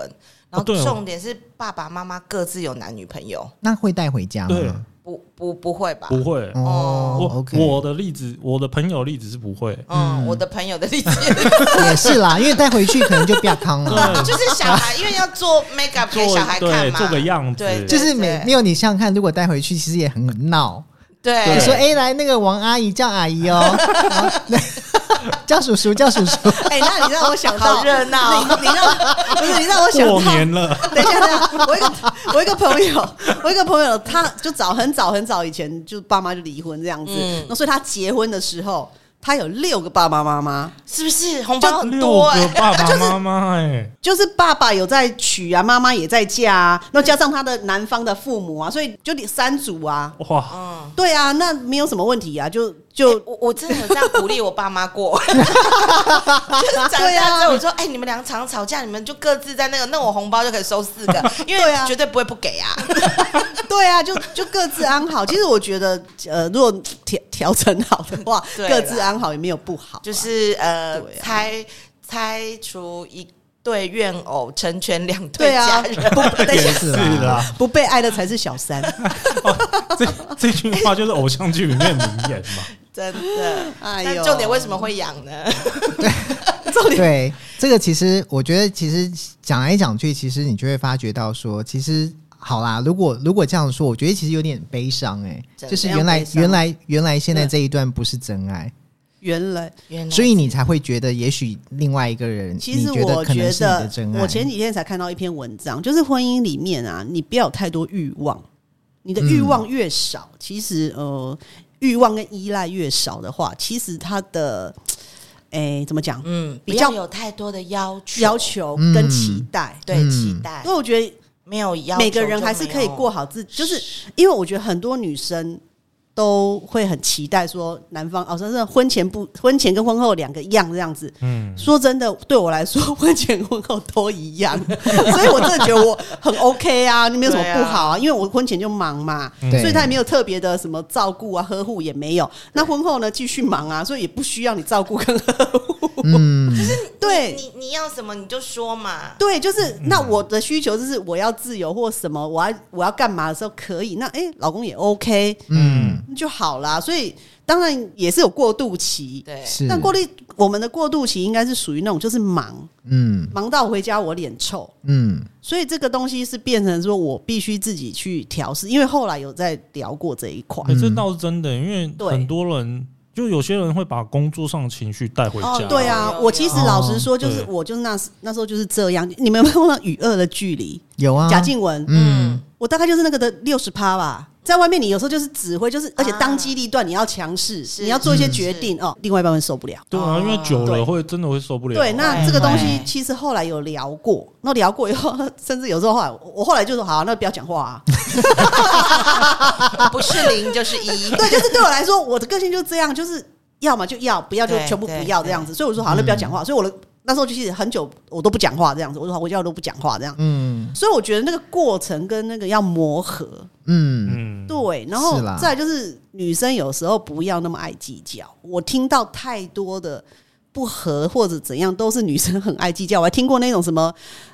[SPEAKER 4] 然
[SPEAKER 2] 哦
[SPEAKER 4] 后
[SPEAKER 2] 对哦
[SPEAKER 4] 重点是爸爸妈妈各自有男女朋友，
[SPEAKER 1] 那会带回家
[SPEAKER 2] 对，
[SPEAKER 1] 吗？
[SPEAKER 4] 不不不会吧？
[SPEAKER 2] 不会。
[SPEAKER 1] 哦
[SPEAKER 2] 我
[SPEAKER 1] ，OK，
[SPEAKER 2] 我的例子，我的朋友例子是不会，
[SPEAKER 4] 嗯，我的朋友的例子
[SPEAKER 1] 也是啦，因为带回去可能就不要康了。
[SPEAKER 2] 对，
[SPEAKER 4] 就是小孩，因为要做 make up 给
[SPEAKER 2] 做
[SPEAKER 4] 小孩看
[SPEAKER 2] 对
[SPEAKER 4] 嘛，
[SPEAKER 2] 做个样子，
[SPEAKER 4] 对
[SPEAKER 1] 就是每没有你想想看，如果带回去，其实也很闹。
[SPEAKER 4] 对
[SPEAKER 1] 你
[SPEAKER 2] 对
[SPEAKER 1] 说：“哎、来那个王阿姨叫阿姨 哦，然后那 叫叔叔叫叔叔。
[SPEAKER 3] 哎、那你让我想到
[SPEAKER 4] 好热闹
[SPEAKER 3] 你你让不是你让我想
[SPEAKER 2] 过
[SPEAKER 3] 到
[SPEAKER 2] 年了，
[SPEAKER 3] 等一下，等一下，我一个我一个朋友，我一个朋友，他就早很早很早以前就爸妈就离婚这样子，
[SPEAKER 4] 嗯
[SPEAKER 3] 那所以他结婚的时候，他有六个爸爸妈妈，
[SPEAKER 4] 是不是红包很
[SPEAKER 2] 六
[SPEAKER 4] 多哎、
[SPEAKER 2] 个爸爸妈妈哎，
[SPEAKER 3] 就是爸爸有在娶啊，妈妈也在嫁啊，那加上他的男方的父母啊，所以就得三组啊，
[SPEAKER 2] 哇，
[SPEAKER 4] 嗯，
[SPEAKER 3] 对啊，那没有什么问题啊，就
[SPEAKER 4] 就、
[SPEAKER 3] 就
[SPEAKER 4] 哎我我真的有这样鼓励我爸妈 过，就是长
[SPEAKER 3] 对啊
[SPEAKER 4] 大之后我说，哎、你们俩常吵架，你们就各自在那个，那我红包就可以收四 个，因为
[SPEAKER 3] 对啊
[SPEAKER 4] 绝对不会不给 啊。
[SPEAKER 3] 对啊，就就各自安好。其实我觉得，呃，如果调调整好的话，
[SPEAKER 4] 对啦
[SPEAKER 3] 各自安好也没有不好啊、
[SPEAKER 4] 就是呃，
[SPEAKER 3] 对啊
[SPEAKER 4] 拆拆除一对怨偶，成全两对
[SPEAKER 3] 对
[SPEAKER 4] 家
[SPEAKER 3] 啊，
[SPEAKER 4] 人。
[SPEAKER 3] 不 等一
[SPEAKER 2] 也
[SPEAKER 3] 下
[SPEAKER 2] 是啊
[SPEAKER 1] 是
[SPEAKER 2] 啦
[SPEAKER 1] 啦，
[SPEAKER 3] 不被爱的才是小三。
[SPEAKER 2] 这这句话就是偶像剧里面的名言嘛，
[SPEAKER 4] 真的。
[SPEAKER 3] 哎
[SPEAKER 4] 但重点为什么会养呢？
[SPEAKER 3] 重点
[SPEAKER 1] 对，这个其实我觉得，其实讲来讲去，其实你就会发觉到说，其实好啦，如果如果这样说，我觉得其实有点悲伤哎、
[SPEAKER 4] 真的
[SPEAKER 1] 就是原来
[SPEAKER 3] 非常悲伤
[SPEAKER 1] 原来原来现在这一段不是真爱，
[SPEAKER 3] 原来，
[SPEAKER 4] 原来
[SPEAKER 1] 所以你才会觉得，也许另外一个人，
[SPEAKER 3] 其实
[SPEAKER 1] 你觉
[SPEAKER 3] 我
[SPEAKER 1] 得可能
[SPEAKER 3] 觉
[SPEAKER 1] 是你的
[SPEAKER 3] 得
[SPEAKER 1] 真，爱。
[SPEAKER 3] 我前几天才看到一篇文章，就是婚姻里面啊，你不要有太多欲望，你的欲
[SPEAKER 1] 嗯
[SPEAKER 3] 望越少，其实呃，欲望跟依赖越少的话，其实他的，哎、怎么讲？
[SPEAKER 4] 嗯，
[SPEAKER 3] 比较
[SPEAKER 4] 不要有太多的要求，
[SPEAKER 3] 要求跟期待，
[SPEAKER 4] 对、
[SPEAKER 1] 嗯
[SPEAKER 4] 期待
[SPEAKER 3] 因为，我觉得
[SPEAKER 4] 没有要求
[SPEAKER 3] 每个人还是可以
[SPEAKER 4] 就
[SPEAKER 3] 过好自己，就是因为我觉得很多女生都会很期待说男方哦，真的婚前不婚前跟婚后两个一样这样子。
[SPEAKER 2] 嗯，
[SPEAKER 3] 说真的，对我来说， 婚前婚后都一样， 所以我真的觉得我很 OK 啊，你没有什么不好啊，因为我婚前就忙嘛，
[SPEAKER 1] 对
[SPEAKER 3] 所以他也没有特别的什么照顾啊、呵护也没有。那婚后呢，继续忙啊，所以也不需要你照顾跟呵护。
[SPEAKER 1] 嗯，
[SPEAKER 4] 没有。
[SPEAKER 3] 对，
[SPEAKER 4] 你你要什么你就说嘛。
[SPEAKER 3] 对，就是
[SPEAKER 1] 嗯
[SPEAKER 3] 那我的需求就是我要自由或什么，我要我要干嘛的时候可以。那哎、诶老公也 OK
[SPEAKER 1] 嗯，
[SPEAKER 3] 就好啦。所以当然也是有过渡期，
[SPEAKER 4] 对，
[SPEAKER 1] 是，
[SPEAKER 3] 但过渡我们的过渡期应该是属于那种就是忙，
[SPEAKER 1] 嗯
[SPEAKER 3] 忙到回家我脸臭。
[SPEAKER 1] 嗯
[SPEAKER 3] 所以这个东西是变成说我必须自己去调试，因为后来有在聊过这一块。
[SPEAKER 2] 哎这倒是真的，因为
[SPEAKER 3] 对
[SPEAKER 2] 很多人就有些人会把工作上的情绪带回
[SPEAKER 4] 哦
[SPEAKER 2] 家，
[SPEAKER 3] 对啊
[SPEAKER 4] 有，有
[SPEAKER 3] 我其实
[SPEAKER 1] 有
[SPEAKER 3] 老实说，就是
[SPEAKER 2] 对
[SPEAKER 3] 我就是那时那时候就是这样。你们有没有碰到与恶的距离？
[SPEAKER 1] 有啊，
[SPEAKER 3] 贾静雯，
[SPEAKER 1] 嗯
[SPEAKER 3] 我大概就是那个的六十趴吧。在外面，你有时候就是指挥，就是而且
[SPEAKER 4] 啊
[SPEAKER 3] 当机立断，你要强势，
[SPEAKER 4] 是
[SPEAKER 3] 你要做一些
[SPEAKER 4] 嗯
[SPEAKER 3] 决定哦。另外一半会受不了。
[SPEAKER 2] 对啊，
[SPEAKER 4] 哦
[SPEAKER 2] 因为久了
[SPEAKER 3] 对
[SPEAKER 2] 会真的会受不了。哎
[SPEAKER 3] 对，那这个东西
[SPEAKER 4] 对
[SPEAKER 3] 其实后来有聊过，那聊过以后， 甚至有时候后来我我后来就说好啊、那不要讲话啊。
[SPEAKER 4] 不是零就是一。
[SPEAKER 3] 对，就是对我来说，我的个性就这样，就是要么就要，不要就
[SPEAKER 4] 对
[SPEAKER 3] 全部
[SPEAKER 4] 对
[SPEAKER 3] 不要这样子。所以我说好，那不要讲话。所以我的那时候就是很久我都不讲话这样子，我说好，我要都不讲话这样。
[SPEAKER 1] 嗯
[SPEAKER 3] 所以我觉得那个过程跟那个要磨合，
[SPEAKER 1] 嗯
[SPEAKER 2] 嗯，
[SPEAKER 3] 对，然后
[SPEAKER 1] 是啦
[SPEAKER 3] 再来就是女生有时候不要那么爱计较。我听到太多的不和或者怎样，都是女生很爱计较。我还听过那种什么，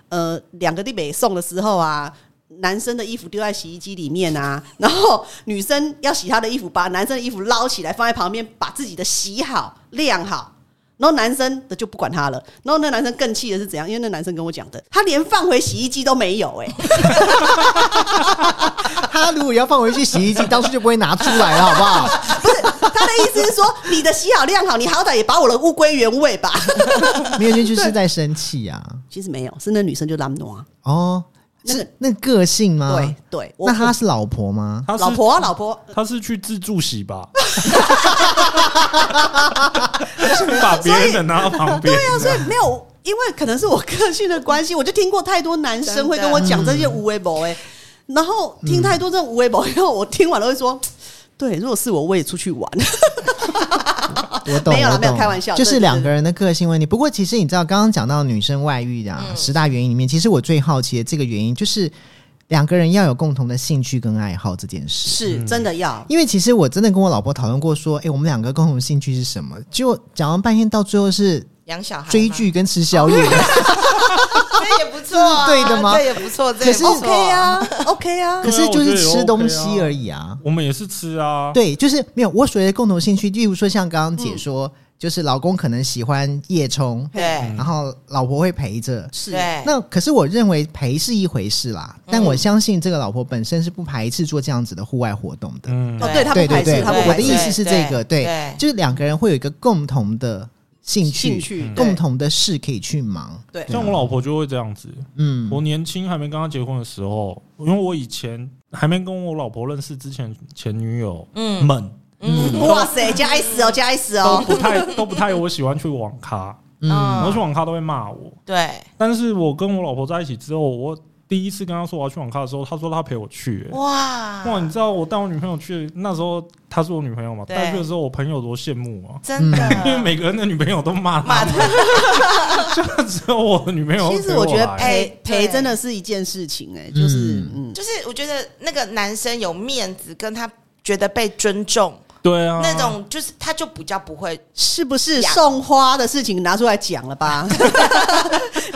[SPEAKER 3] 呃，两个弟妹送的时候啊。男生的衣服丢在洗衣机里面啊， 然后女生要洗他的衣服，把男生的衣服捞起来放在旁边，把自己的洗好晾好，然后男生的就不管他了，然后那男生更气的是怎样？因为那男生跟我讲的，他连放回洗衣机都没有、欸，哎，
[SPEAKER 1] 他如果要放回去洗衣机，当初就不会拿出来了，好不 好？
[SPEAKER 3] 他的意思是说，你的洗好晾好，你好歹也把我的物归原 位吧。
[SPEAKER 1] 没有进去是在生气啊。
[SPEAKER 3] 其实没有，是那女生就拉挪。
[SPEAKER 1] 哦，
[SPEAKER 3] 那个
[SPEAKER 1] 是那个性吗？
[SPEAKER 3] 对，对，我
[SPEAKER 1] 啊那她是嗯老婆吗？
[SPEAKER 2] 他是
[SPEAKER 3] 老婆啊，老婆，
[SPEAKER 2] 他是去自助洗吧，把别人的拿到旁边。
[SPEAKER 3] 对啊，所以没有，因为可能是我个性的关系，我就听过太多男生会跟我讲这些无为博哎，然后听太多这种无为博，以后我听完了会说，对，如果是我，我也出 去玩。
[SPEAKER 1] 我懂，
[SPEAKER 3] 啊没有啦
[SPEAKER 1] 我懂
[SPEAKER 3] 没有开玩笑
[SPEAKER 1] 就是
[SPEAKER 3] 对
[SPEAKER 1] 两个人的个性问题。不过，其实你知道，刚刚讲到女生外遇的、
[SPEAKER 3] 嗯
[SPEAKER 1] 啊十大原因里面，其实我最好奇的这个原因就是两个人要有共同的兴趣跟爱好这件事。
[SPEAKER 3] 是真的要，
[SPEAKER 1] 因为其实我真的跟我老婆讨论过，说，哎、我们两个共同兴趣是什么？就讲完半天，到最后是
[SPEAKER 4] 养小孩吗
[SPEAKER 1] 追，剧跟吃宵夜。
[SPEAKER 3] 啊
[SPEAKER 4] 这也不错啊，
[SPEAKER 1] 这是对的吗
[SPEAKER 4] 这也不错，这也
[SPEAKER 1] 可是
[SPEAKER 4] 不错
[SPEAKER 3] OK 啊，OK 啊
[SPEAKER 1] 可，是就是吃东
[SPEAKER 2] 我觉得也 OK
[SPEAKER 1] 西
[SPEAKER 2] 啊
[SPEAKER 1] 而已啊。
[SPEAKER 2] 我们也是吃啊，
[SPEAKER 1] 对，就是没有我所谓的共同兴趣，例如说像刚刚姐说，就是老公可能喜欢夜冲，
[SPEAKER 4] 对
[SPEAKER 1] 然后老婆会陪着。
[SPEAKER 3] 嗯是
[SPEAKER 4] 对，嗯
[SPEAKER 1] 那可是我认为陪是一回事啦，但我相信这个老婆本身是不排斥做这样子的户外活动的。
[SPEAKER 2] 嗯，
[SPEAKER 3] 哦，对他
[SPEAKER 1] 对
[SPEAKER 3] 不
[SPEAKER 1] 对
[SPEAKER 3] 排斥，
[SPEAKER 1] 对，
[SPEAKER 3] 他不
[SPEAKER 1] 我
[SPEAKER 3] 排
[SPEAKER 1] 的
[SPEAKER 3] 斥
[SPEAKER 1] 意思是
[SPEAKER 4] 对
[SPEAKER 1] 这个，
[SPEAKER 4] 对
[SPEAKER 1] 对，
[SPEAKER 4] 对
[SPEAKER 1] 就是两个人会有一个共同的兴趣，
[SPEAKER 3] 兴趣，对
[SPEAKER 1] 共同的事可以去忙。啊
[SPEAKER 3] 对
[SPEAKER 2] 像我老婆就会这样子。
[SPEAKER 1] 嗯，
[SPEAKER 2] 我年轻还没跟她结婚的时候，因为我以前还没跟我老婆认识之前，前女友
[SPEAKER 4] 嗯
[SPEAKER 2] 们
[SPEAKER 4] 嗯
[SPEAKER 3] 哇塞，加 S 哦，加 S
[SPEAKER 2] 都
[SPEAKER 3] 哦，
[SPEAKER 2] 不太都不太有我喜欢去网咖，
[SPEAKER 1] 嗯，
[SPEAKER 2] 我
[SPEAKER 4] 嗯
[SPEAKER 2] 去，网咖都会骂我。
[SPEAKER 4] 对，
[SPEAKER 2] 但是我跟我老婆在一起之后，我第一次跟她说我要去网咖的时候，她说她陪我去、欸哇，
[SPEAKER 4] 哇，
[SPEAKER 2] 你知道我带我女朋友去，那时候她是我女朋友嘛，
[SPEAKER 4] 对
[SPEAKER 2] 带去的时候我朋友多羡慕啊，
[SPEAKER 4] 真的，
[SPEAKER 2] 因为每个人的女朋友都骂
[SPEAKER 4] 骂
[SPEAKER 2] 她，
[SPEAKER 4] 他，
[SPEAKER 2] 就只有我的女 朋友陪来。啊
[SPEAKER 3] 其实我觉得
[SPEAKER 4] 哎
[SPEAKER 3] 陪陪
[SPEAKER 4] 对
[SPEAKER 3] 真的是一件事情，哎，就是嗯，
[SPEAKER 4] 就是我觉得那个男生有面子，跟他觉得被尊重，
[SPEAKER 2] 对啊，
[SPEAKER 4] 那种就是他就比较不会
[SPEAKER 3] 是不是
[SPEAKER 4] 呀
[SPEAKER 3] 送花的事情拿出来讲了 吧？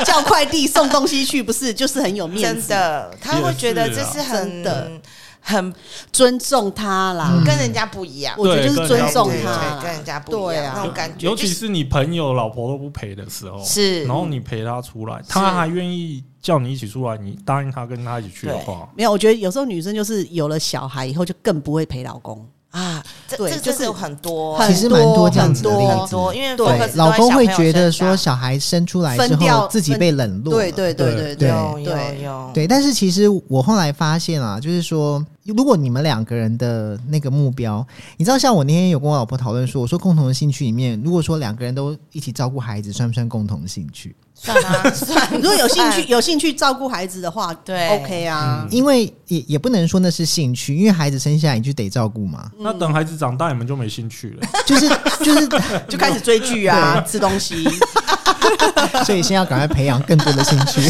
[SPEAKER 3] 叫快递送东西去，不是就是很有面
[SPEAKER 4] 真
[SPEAKER 3] 子，
[SPEAKER 4] 的，他会觉得这是
[SPEAKER 2] 啊
[SPEAKER 3] 真
[SPEAKER 4] 很
[SPEAKER 3] 的
[SPEAKER 4] 很
[SPEAKER 3] 尊重他啦。
[SPEAKER 1] 嗯
[SPEAKER 4] 跟人家不一样。
[SPEAKER 3] 我觉得就是尊重
[SPEAKER 4] 对
[SPEAKER 3] 他啦，
[SPEAKER 4] 对跟人家不一
[SPEAKER 3] 对
[SPEAKER 4] 样那
[SPEAKER 3] 啊
[SPEAKER 4] 种。感觉，
[SPEAKER 2] 尤
[SPEAKER 4] 就
[SPEAKER 2] 其
[SPEAKER 4] 是
[SPEAKER 2] 是你朋友老婆都不陪的时候，
[SPEAKER 4] 是
[SPEAKER 2] 然后你陪她出来，她还愿意叫你一起出来，你答应她跟她一起去的话，
[SPEAKER 3] 没有，我觉得有时候女生就是有了小孩以后就更不会陪老公。
[SPEAKER 4] 啊，这
[SPEAKER 3] 对
[SPEAKER 4] 这
[SPEAKER 3] 就
[SPEAKER 4] 这
[SPEAKER 3] 是
[SPEAKER 4] 是有很多
[SPEAKER 3] 很
[SPEAKER 1] 其实蛮多这样子的
[SPEAKER 3] 很
[SPEAKER 1] 例
[SPEAKER 3] 多
[SPEAKER 1] 子，
[SPEAKER 4] 很多，因为
[SPEAKER 3] 对
[SPEAKER 4] focus 都在
[SPEAKER 1] 老公会觉得
[SPEAKER 4] 小
[SPEAKER 1] 说
[SPEAKER 4] 朋友身
[SPEAKER 1] 小孩生出来之
[SPEAKER 3] 分掉
[SPEAKER 1] 后自己被冷落了，
[SPEAKER 3] 对对对对
[SPEAKER 2] 对
[SPEAKER 3] 对
[SPEAKER 4] 上有有
[SPEAKER 3] 对，
[SPEAKER 4] 有，
[SPEAKER 1] 对，但是其实我后来发现啊，就是说，如果你们两个人的那个目标，你知道，像我那天有跟我老婆讨论说，我说共同的兴趣里面，如果说两个人都一起照顾孩子，算不算共同的兴趣？
[SPEAKER 4] 算 啊算。
[SPEAKER 3] 如果有兴 趣，有兴趣照顾孩子的话，
[SPEAKER 4] 对
[SPEAKER 3] ，OK 啊，
[SPEAKER 1] 因为也也不能说那是兴趣，因为孩子生下来你就得照顾嘛，
[SPEAKER 2] 那
[SPEAKER 4] 嗯
[SPEAKER 2] 等孩子长大你们就没兴趣了。
[SPEAKER 1] 就是 就是，
[SPEAKER 4] 哎
[SPEAKER 3] 就开始追剧啊，吃东 西。
[SPEAKER 1] 所以先要赶快培养更多的兴趣。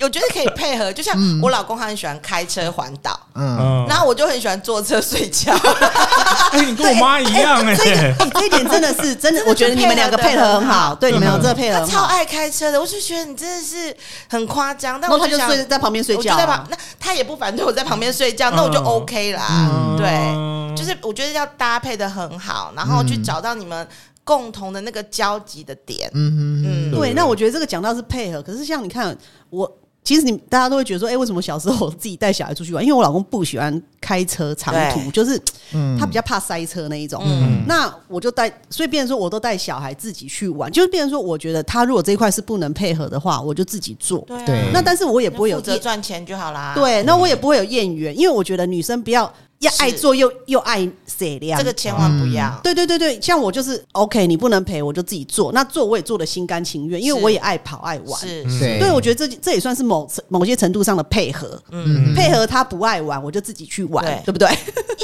[SPEAKER 4] 我觉得可以配合，就像我老公他很喜欢开车环岛，
[SPEAKER 1] 嗯，
[SPEAKER 2] 嗯，
[SPEAKER 4] 然后我就很喜欢坐车睡觉。
[SPEAKER 2] 哎，你跟我妈一样哎，
[SPEAKER 3] 哎这一点真的是真的，
[SPEAKER 4] 真的
[SPEAKER 3] 我觉得你们两个配合很好，对，你们俩真的配合
[SPEAKER 4] 他
[SPEAKER 3] 很
[SPEAKER 4] 超
[SPEAKER 3] 好。
[SPEAKER 4] 爱开车的，我就觉得你真的是很夸张。但
[SPEAKER 3] 然
[SPEAKER 4] 我
[SPEAKER 3] 后他就
[SPEAKER 4] 想
[SPEAKER 3] 睡在旁边睡
[SPEAKER 4] 我
[SPEAKER 3] 觉
[SPEAKER 4] 就在旁
[SPEAKER 3] 啊，，
[SPEAKER 4] 那他也不反对我在旁边睡觉，那我就
[SPEAKER 2] 嗯
[SPEAKER 4] OK 啦。对，
[SPEAKER 2] 嗯
[SPEAKER 4] 就是我觉得要搭配的很好，然后去找到你们共同的那个交集的点。
[SPEAKER 1] 嗯哼
[SPEAKER 4] 嗯，
[SPEAKER 3] 对，那我觉得这个讲到是配合，可是像你看我。其实你大家都会觉得说，哎、为什么小时候我自己带小孩出去玩？因为我老公不喜欢开车长途，
[SPEAKER 4] 对
[SPEAKER 3] 就是
[SPEAKER 1] 嗯
[SPEAKER 3] 他比较怕塞车那一种。
[SPEAKER 4] 嗯
[SPEAKER 3] 那我就带，所以变成说我都带小孩自己去玩，就是变成说，我觉得他如果这一块是不能配合的话，我就自己做。
[SPEAKER 4] 对啊
[SPEAKER 1] 对
[SPEAKER 3] 那但是我也不会
[SPEAKER 4] 就
[SPEAKER 3] 有
[SPEAKER 4] 负责
[SPEAKER 3] 厌，
[SPEAKER 4] 赚钱就好啦。，
[SPEAKER 3] 对，那我也不会有厌缘，因为我觉得女生不要要
[SPEAKER 4] 是
[SPEAKER 3] 爱做又又爱写量，
[SPEAKER 4] 这个千万不
[SPEAKER 1] 嗯
[SPEAKER 4] 要。
[SPEAKER 3] 对对对对，像我就是 OK，你不能陪我就自己做，那做我也做的心甘情愿，因为
[SPEAKER 4] 是
[SPEAKER 3] 我也爱跑爱玩。
[SPEAKER 4] 是
[SPEAKER 2] 嗯
[SPEAKER 1] 对
[SPEAKER 3] 对，我觉得这这也算是某程某些程度上的配合，
[SPEAKER 1] 嗯
[SPEAKER 3] 配合他不爱玩，我就自己去玩，
[SPEAKER 4] 对
[SPEAKER 3] 对不对？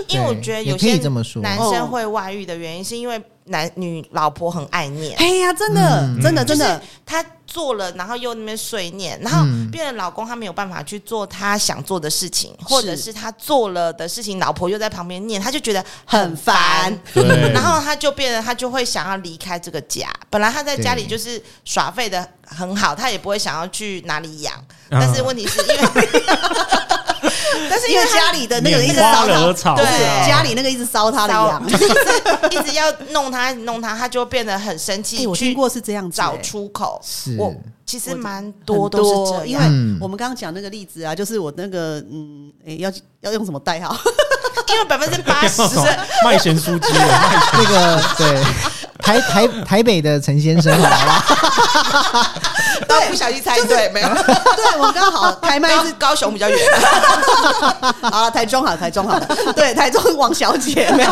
[SPEAKER 4] 因为我觉得有
[SPEAKER 1] 也
[SPEAKER 4] 些
[SPEAKER 1] 可以这么说
[SPEAKER 4] 男生会外遇的原因，是因为男女老婆很爱念，
[SPEAKER 3] 哎呀，真的，
[SPEAKER 1] 嗯
[SPEAKER 3] 真的，真的，
[SPEAKER 4] 他做了，然后又那边碎念，然后
[SPEAKER 1] 嗯
[SPEAKER 4] 变成老公他没有办法去做他想做的事情，或者是他做了的事情，老婆又在旁边念，他就觉得很烦。
[SPEAKER 2] 对
[SPEAKER 4] 然后他就变得，他就会想要离开这个家。本来他在家里就是耍废的很好，他也不会想要去哪里养。
[SPEAKER 2] 嗯
[SPEAKER 4] 但是问题是因为
[SPEAKER 3] 但是因为家里的那个一直
[SPEAKER 2] 拈花
[SPEAKER 3] 烧
[SPEAKER 2] 惹
[SPEAKER 3] 他，
[SPEAKER 2] 草，
[SPEAKER 4] 对
[SPEAKER 2] 是啊
[SPEAKER 3] 家里那个一直烧他的
[SPEAKER 4] 骚
[SPEAKER 3] 痒。
[SPEAKER 4] 就是一直一直要弄他弄他，他就会变得很生气
[SPEAKER 3] 哎，，我
[SPEAKER 4] 去
[SPEAKER 3] 听过是这样子、
[SPEAKER 4] 找
[SPEAKER 3] 哎
[SPEAKER 4] 出口。
[SPEAKER 1] 是
[SPEAKER 4] 我其实蛮
[SPEAKER 3] 很
[SPEAKER 4] 多都是这
[SPEAKER 3] 因
[SPEAKER 4] 样，
[SPEAKER 3] 为
[SPEAKER 1] 嗯
[SPEAKER 3] 我们刚刚讲那个例子啊，就是我那个嗯，哎要要用什么代号？
[SPEAKER 4] 因为百分之八 十是
[SPEAKER 2] 卖咸酥鸡的，卖
[SPEAKER 1] 那个 对台台台北的陈先生，啊好不好
[SPEAKER 4] 都不小心猜对，没有。
[SPEAKER 3] 对，我们刚好台麦
[SPEAKER 4] 高
[SPEAKER 3] 是
[SPEAKER 4] 高雄比较远，
[SPEAKER 3] 好了，台中好，台中好了，对，台中王小姐没有。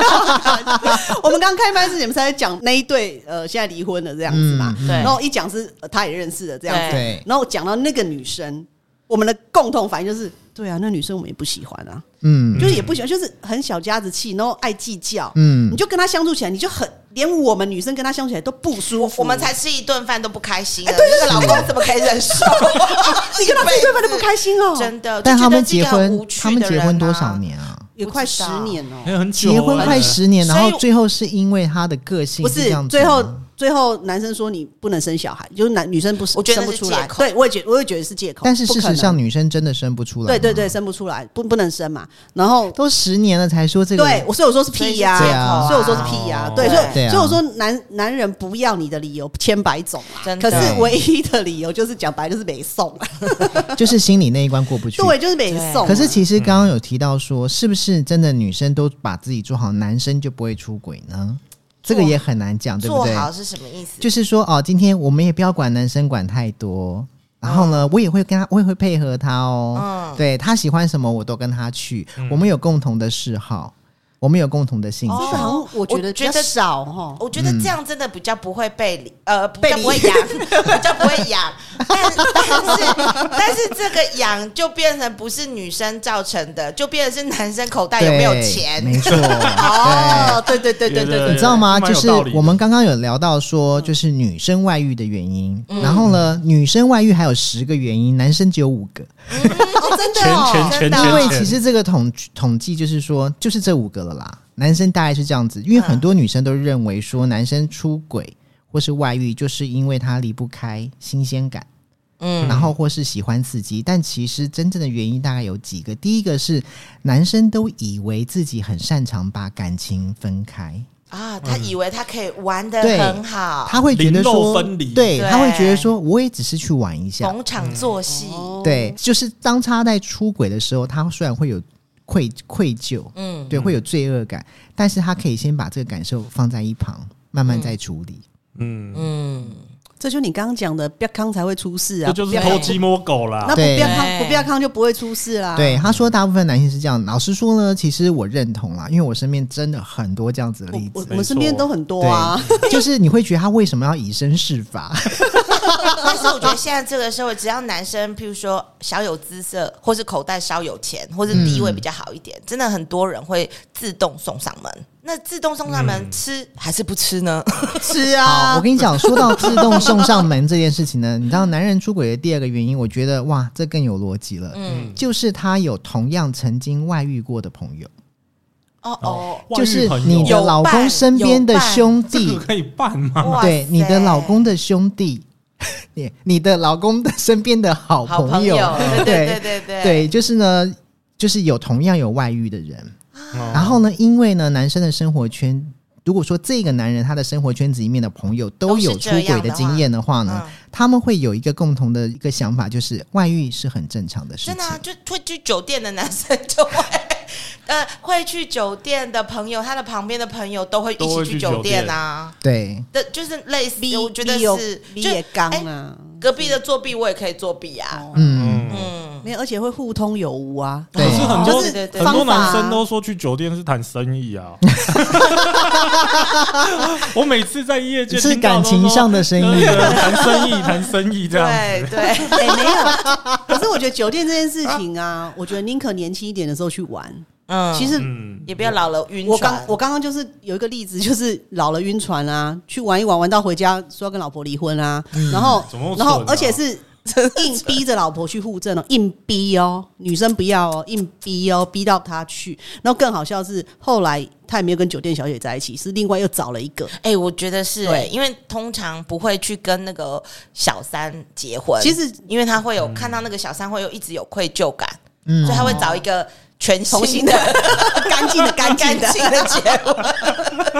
[SPEAKER 3] 我们刚开麦是你们才在讲那一对呃，现在离婚了这样子嘛，
[SPEAKER 1] 嗯
[SPEAKER 4] 对
[SPEAKER 3] 然后一讲是呃她也认识的这样子，
[SPEAKER 1] 对，
[SPEAKER 3] 然后讲到那个女生，我们的共同反应就是，对啊，那女生我们也不喜欢啊，
[SPEAKER 1] 嗯
[SPEAKER 3] 就是也不喜欢，就是很小家子气，然后爱计较，
[SPEAKER 1] 嗯
[SPEAKER 3] 你，就跟她相处起来，你就很连我们女生跟她相处起来都不舒服，
[SPEAKER 4] 我们才吃一顿饭都不开心了，那个老公怎么可以忍受？
[SPEAKER 3] 你跟她这一对饭都不开心哦，
[SPEAKER 4] 真的，
[SPEAKER 1] 但
[SPEAKER 4] 呃
[SPEAKER 1] 他
[SPEAKER 4] 就觉得
[SPEAKER 1] 们
[SPEAKER 4] 自己
[SPEAKER 1] 结
[SPEAKER 4] 很
[SPEAKER 1] 婚
[SPEAKER 4] 无，趣
[SPEAKER 1] 他们
[SPEAKER 4] 的
[SPEAKER 1] 结
[SPEAKER 4] 人
[SPEAKER 1] 婚多
[SPEAKER 4] 啊
[SPEAKER 1] 少？年啊？
[SPEAKER 3] 也快十年哦、
[SPEAKER 2] 哎很久
[SPEAKER 1] 结婚
[SPEAKER 2] 了
[SPEAKER 1] 快十年，然
[SPEAKER 4] 所以
[SPEAKER 1] 后最后是因为他的个性
[SPEAKER 3] 不
[SPEAKER 1] 这
[SPEAKER 3] 是
[SPEAKER 1] 样，子
[SPEAKER 3] 最后
[SPEAKER 1] 吗
[SPEAKER 3] 最后男生说你不能生小孩，就是男女生不是
[SPEAKER 4] 我觉得
[SPEAKER 3] 生不
[SPEAKER 4] 是
[SPEAKER 3] 出
[SPEAKER 4] 借
[SPEAKER 3] 来，
[SPEAKER 4] 口
[SPEAKER 3] 对我也觉我也觉得是借口，
[SPEAKER 1] 但是事
[SPEAKER 3] 不可
[SPEAKER 1] 实
[SPEAKER 3] 能
[SPEAKER 1] 上，女生真的生不啊出来。
[SPEAKER 3] 对对对，，生不出来，不不能生嘛。然后
[SPEAKER 1] 都十年了才说这个，
[SPEAKER 3] 对，我所以我说是屁呀、
[SPEAKER 1] 所以是借口啊
[SPEAKER 3] 所以我说是屁呀、
[SPEAKER 2] 哦
[SPEAKER 3] 对，所以
[SPEAKER 1] 对啊
[SPEAKER 3] 所以我说男男人不要你的理由千百种啊，
[SPEAKER 4] 真
[SPEAKER 3] 可
[SPEAKER 4] 的
[SPEAKER 3] 是唯一的理由就是讲白就是没送啊，
[SPEAKER 1] 就是心里那一关过不去。
[SPEAKER 3] 对，就是没送啊。
[SPEAKER 1] 可是其实刚刚有提到说，是不是真的女生都把自己做好，男生就不会出轨呢？这个也很难讲，对不
[SPEAKER 4] 做
[SPEAKER 1] 对？
[SPEAKER 4] 好是什么意思？
[SPEAKER 1] 就是说哦，今天我们也不要管男生管太
[SPEAKER 4] 嗯
[SPEAKER 1] 多。然后呢，我也会跟他，我也会配合他
[SPEAKER 4] 嗯
[SPEAKER 1] 哦。对他喜欢什么，我都跟他去。我们有共同的嗜好，我们有共同的兴趣。
[SPEAKER 3] 这
[SPEAKER 4] 哦
[SPEAKER 3] 个好像我觉
[SPEAKER 4] 我
[SPEAKER 3] 得
[SPEAKER 4] 觉
[SPEAKER 3] 比较
[SPEAKER 4] 得
[SPEAKER 3] 少哈，
[SPEAKER 4] 我觉
[SPEAKER 1] 嗯
[SPEAKER 4] 得这样真的比较不会被理呃，比较
[SPEAKER 3] 理
[SPEAKER 4] 不会痒， 比较不会痒。但但是但是这个痒就变成不是女生造成的，就变成是男生口袋有没有
[SPEAKER 1] 对
[SPEAKER 4] 钱。
[SPEAKER 1] 没 错。对。
[SPEAKER 3] 哦，对对对对对对
[SPEAKER 1] 你知道吗？
[SPEAKER 2] 蛮
[SPEAKER 1] 就
[SPEAKER 2] 有
[SPEAKER 1] 是
[SPEAKER 2] 道理的
[SPEAKER 1] 我们刚刚有聊到说，
[SPEAKER 4] 嗯
[SPEAKER 1] 就是女生外遇的原因。然后呢，女生外遇还有十个原因，男生只有五个。
[SPEAKER 3] 哦，真的
[SPEAKER 2] 全
[SPEAKER 3] 哦，
[SPEAKER 2] 全全
[SPEAKER 4] 嗯真的
[SPEAKER 2] 全
[SPEAKER 4] 啊
[SPEAKER 1] 因为其
[SPEAKER 2] 全
[SPEAKER 1] 实这个统统计就是说，就是这五个了啦。男生大概是这样子，因为
[SPEAKER 2] 嗯
[SPEAKER 1] 很多女生都认为说，男生出轨或是外遇，就是因为他离不开新鲜感，
[SPEAKER 4] 嗯
[SPEAKER 1] 然后或是喜欢刺激。但其实真正的原因大概有几个，第一个是男生都以为自己很擅长把感情分开。
[SPEAKER 4] 啊，他以为他可以玩的
[SPEAKER 1] 对
[SPEAKER 4] 很好，
[SPEAKER 1] 他会觉得
[SPEAKER 2] 啊零肉
[SPEAKER 1] 说，
[SPEAKER 2] 分离
[SPEAKER 1] 对，
[SPEAKER 4] 对
[SPEAKER 1] 他会觉得说，我也只是去玩一下。
[SPEAKER 4] 逢场作戏。
[SPEAKER 3] 哦
[SPEAKER 1] 对，就是当他在出轨的时候，他虽然会有愧愧疚，
[SPEAKER 4] 嗯，
[SPEAKER 1] 对，会有罪恶感，但是他可以先把这个感受放在一旁，慢慢再处理。
[SPEAKER 2] 嗯，
[SPEAKER 4] 嗯，
[SPEAKER 3] 这就你刚刚讲的，不要康才会出事啊，
[SPEAKER 2] 这就是
[SPEAKER 3] 不要
[SPEAKER 2] 偷鸡摸狗
[SPEAKER 4] 啊
[SPEAKER 2] 啦
[SPEAKER 3] 那。不
[SPEAKER 1] 对
[SPEAKER 3] 不要康，
[SPEAKER 4] 对
[SPEAKER 3] 不要康就不会出事啦。
[SPEAKER 1] 对，他说大部分男性是这样。老实说呢，其实我认同啦，因为我身边真的很多这样子的
[SPEAKER 3] 我，
[SPEAKER 1] 例
[SPEAKER 3] 我
[SPEAKER 1] 子。
[SPEAKER 3] 我们身边都很多啊。
[SPEAKER 1] 就是你会觉得他为什么要以身试法？
[SPEAKER 4] 但是我觉得现在这个社会，只要男生，譬如说小有姿色，或是口袋稍有钱，或是地位比较好一点，真的很多人会自动送上门。那自动送上门，
[SPEAKER 2] 嗯
[SPEAKER 4] 吃还是不吃呢？
[SPEAKER 3] 吃
[SPEAKER 1] 好，我
[SPEAKER 3] 啊，
[SPEAKER 1] 跟你讲，说到自动送上门这件事情呢，你知道男人出轨的第二个原因，我觉得哇，这更有逻辑了，
[SPEAKER 4] 嗯，
[SPEAKER 1] 就是他有同样曾经外遇过的朋友，
[SPEAKER 4] 哦哦，
[SPEAKER 1] 就是
[SPEAKER 2] 外遇朋友
[SPEAKER 1] 你的老公身边的兄
[SPEAKER 2] 这
[SPEAKER 1] 弟
[SPEAKER 2] 个，可以办吗？
[SPEAKER 4] 哇
[SPEAKER 1] 对，
[SPEAKER 4] 塞
[SPEAKER 1] 你的老公的兄弟， 你你的老公的身边的好
[SPEAKER 4] 好
[SPEAKER 1] 朋
[SPEAKER 4] 友，
[SPEAKER 1] 对
[SPEAKER 4] 对对对对
[SPEAKER 1] 对，就是呢，就是有同样有外遇的人，
[SPEAKER 2] 嗯
[SPEAKER 1] 然后呢，因为呢，男生的生活圈。如果说这个男人他的生活圈子里面的朋友都
[SPEAKER 4] 都是
[SPEAKER 1] 有出
[SPEAKER 4] 这样
[SPEAKER 1] 轨
[SPEAKER 4] 的
[SPEAKER 1] 经
[SPEAKER 4] 话
[SPEAKER 1] 验的话呢，
[SPEAKER 4] 嗯
[SPEAKER 1] 他们会有一个共同的一个想法，就是外遇是很正常的事
[SPEAKER 4] 真
[SPEAKER 1] 情
[SPEAKER 4] 的、。啊，就会去酒店的男生就会。呃，会去酒店的朋友，他的旁边的朋友都会一
[SPEAKER 2] 都会
[SPEAKER 4] 起
[SPEAKER 2] 去
[SPEAKER 4] 去
[SPEAKER 2] 酒
[SPEAKER 4] 酒店
[SPEAKER 2] 店
[SPEAKER 4] 啊，
[SPEAKER 1] 对，
[SPEAKER 4] 的就是类 似，
[SPEAKER 3] B
[SPEAKER 4] 我觉得
[SPEAKER 3] B 有
[SPEAKER 4] 是
[SPEAKER 3] B
[SPEAKER 4] 就
[SPEAKER 3] 也刚
[SPEAKER 4] 哎
[SPEAKER 3] 啊，
[SPEAKER 4] 隔壁的作弊我也可以作弊啊，
[SPEAKER 1] 嗯，
[SPEAKER 2] 嗯，
[SPEAKER 4] 嗯，
[SPEAKER 3] 没有，而且会互通有无 啊。
[SPEAKER 1] 对
[SPEAKER 2] 可哦是很多
[SPEAKER 3] 就是
[SPEAKER 4] 对对
[SPEAKER 2] 很多
[SPEAKER 3] 方法啊
[SPEAKER 2] 男生都说去酒店是谈生意啊。我每次在业界
[SPEAKER 1] 是
[SPEAKER 2] 听到
[SPEAKER 1] 感
[SPEAKER 2] 都说
[SPEAKER 1] 情上的生意
[SPEAKER 2] 对对对谈生意，谈生意这样子。
[SPEAKER 4] 对对，
[SPEAKER 3] 哎、没有。 可是我觉得酒店这件事情啊，我觉得宁可年轻一点的时候去玩。
[SPEAKER 4] 嗯，
[SPEAKER 3] 其实
[SPEAKER 2] 嗯，
[SPEAKER 4] 也不要老了晕
[SPEAKER 3] 我
[SPEAKER 4] 船
[SPEAKER 3] 刚我刚刚就是有一个例子，就是老了晕船啊，去玩一玩，玩到回家说要跟老婆离婚啊，
[SPEAKER 4] 嗯
[SPEAKER 3] 然后
[SPEAKER 2] 怎么那么
[SPEAKER 3] 然后
[SPEAKER 2] 蠢啊
[SPEAKER 3] 而且是硬逼着老婆去户政哦，硬逼哦，女生不要哦，硬逼哦，逼到她去。然后更好笑的是，后来她也没有跟酒店小姐在一起，是另外又找了一 个。
[SPEAKER 4] 哎、我觉得是、
[SPEAKER 3] 对
[SPEAKER 4] 哎因为通常不会去跟那个小三结婚，
[SPEAKER 3] 其实
[SPEAKER 4] 因为他会有、看到那个小三会有一直有愧疚感，
[SPEAKER 1] 嗯
[SPEAKER 4] 所以他会找一个全
[SPEAKER 3] 重
[SPEAKER 4] 新
[SPEAKER 3] 新的
[SPEAKER 4] 的、
[SPEAKER 3] 干净的干 净
[SPEAKER 4] 干
[SPEAKER 3] 的
[SPEAKER 4] 净的结婚。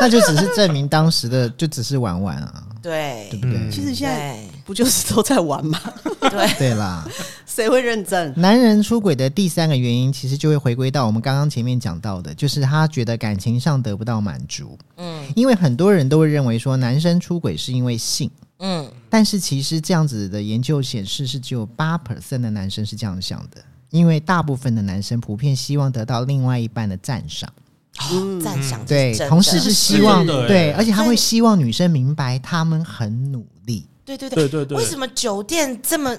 [SPEAKER 1] 那就只是证明当时的就只是玩玩啊，
[SPEAKER 4] 对
[SPEAKER 1] 对不对？
[SPEAKER 2] 嗯
[SPEAKER 3] 其实现在
[SPEAKER 4] 对
[SPEAKER 3] 不就是都在玩吗？
[SPEAKER 4] 对，
[SPEAKER 1] 对啦，
[SPEAKER 3] 谁会认真？
[SPEAKER 1] 男人出轨的第三个原因，其实就会回归到我们刚刚前面讲到的，就是他觉得感情上得不到满足。
[SPEAKER 4] 嗯
[SPEAKER 1] 因为很多人都会认为说男生出轨是因为性，
[SPEAKER 4] 嗯，
[SPEAKER 1] 但是其实这样子的研究显示是只有八 percent 的男生是这样想的，因为大部分的男生普遍希望得到另外一半的赞赏，
[SPEAKER 4] 哦赞赏这
[SPEAKER 1] 对
[SPEAKER 4] 是，真
[SPEAKER 1] 同事
[SPEAKER 4] 的
[SPEAKER 1] 是希望
[SPEAKER 2] 是真的欸
[SPEAKER 1] 对，而且他
[SPEAKER 4] 所
[SPEAKER 1] 会
[SPEAKER 4] 以
[SPEAKER 1] 希望女生明白他们很努力。
[SPEAKER 4] 对对
[SPEAKER 2] 对对对
[SPEAKER 4] 为什么酒店这么？啊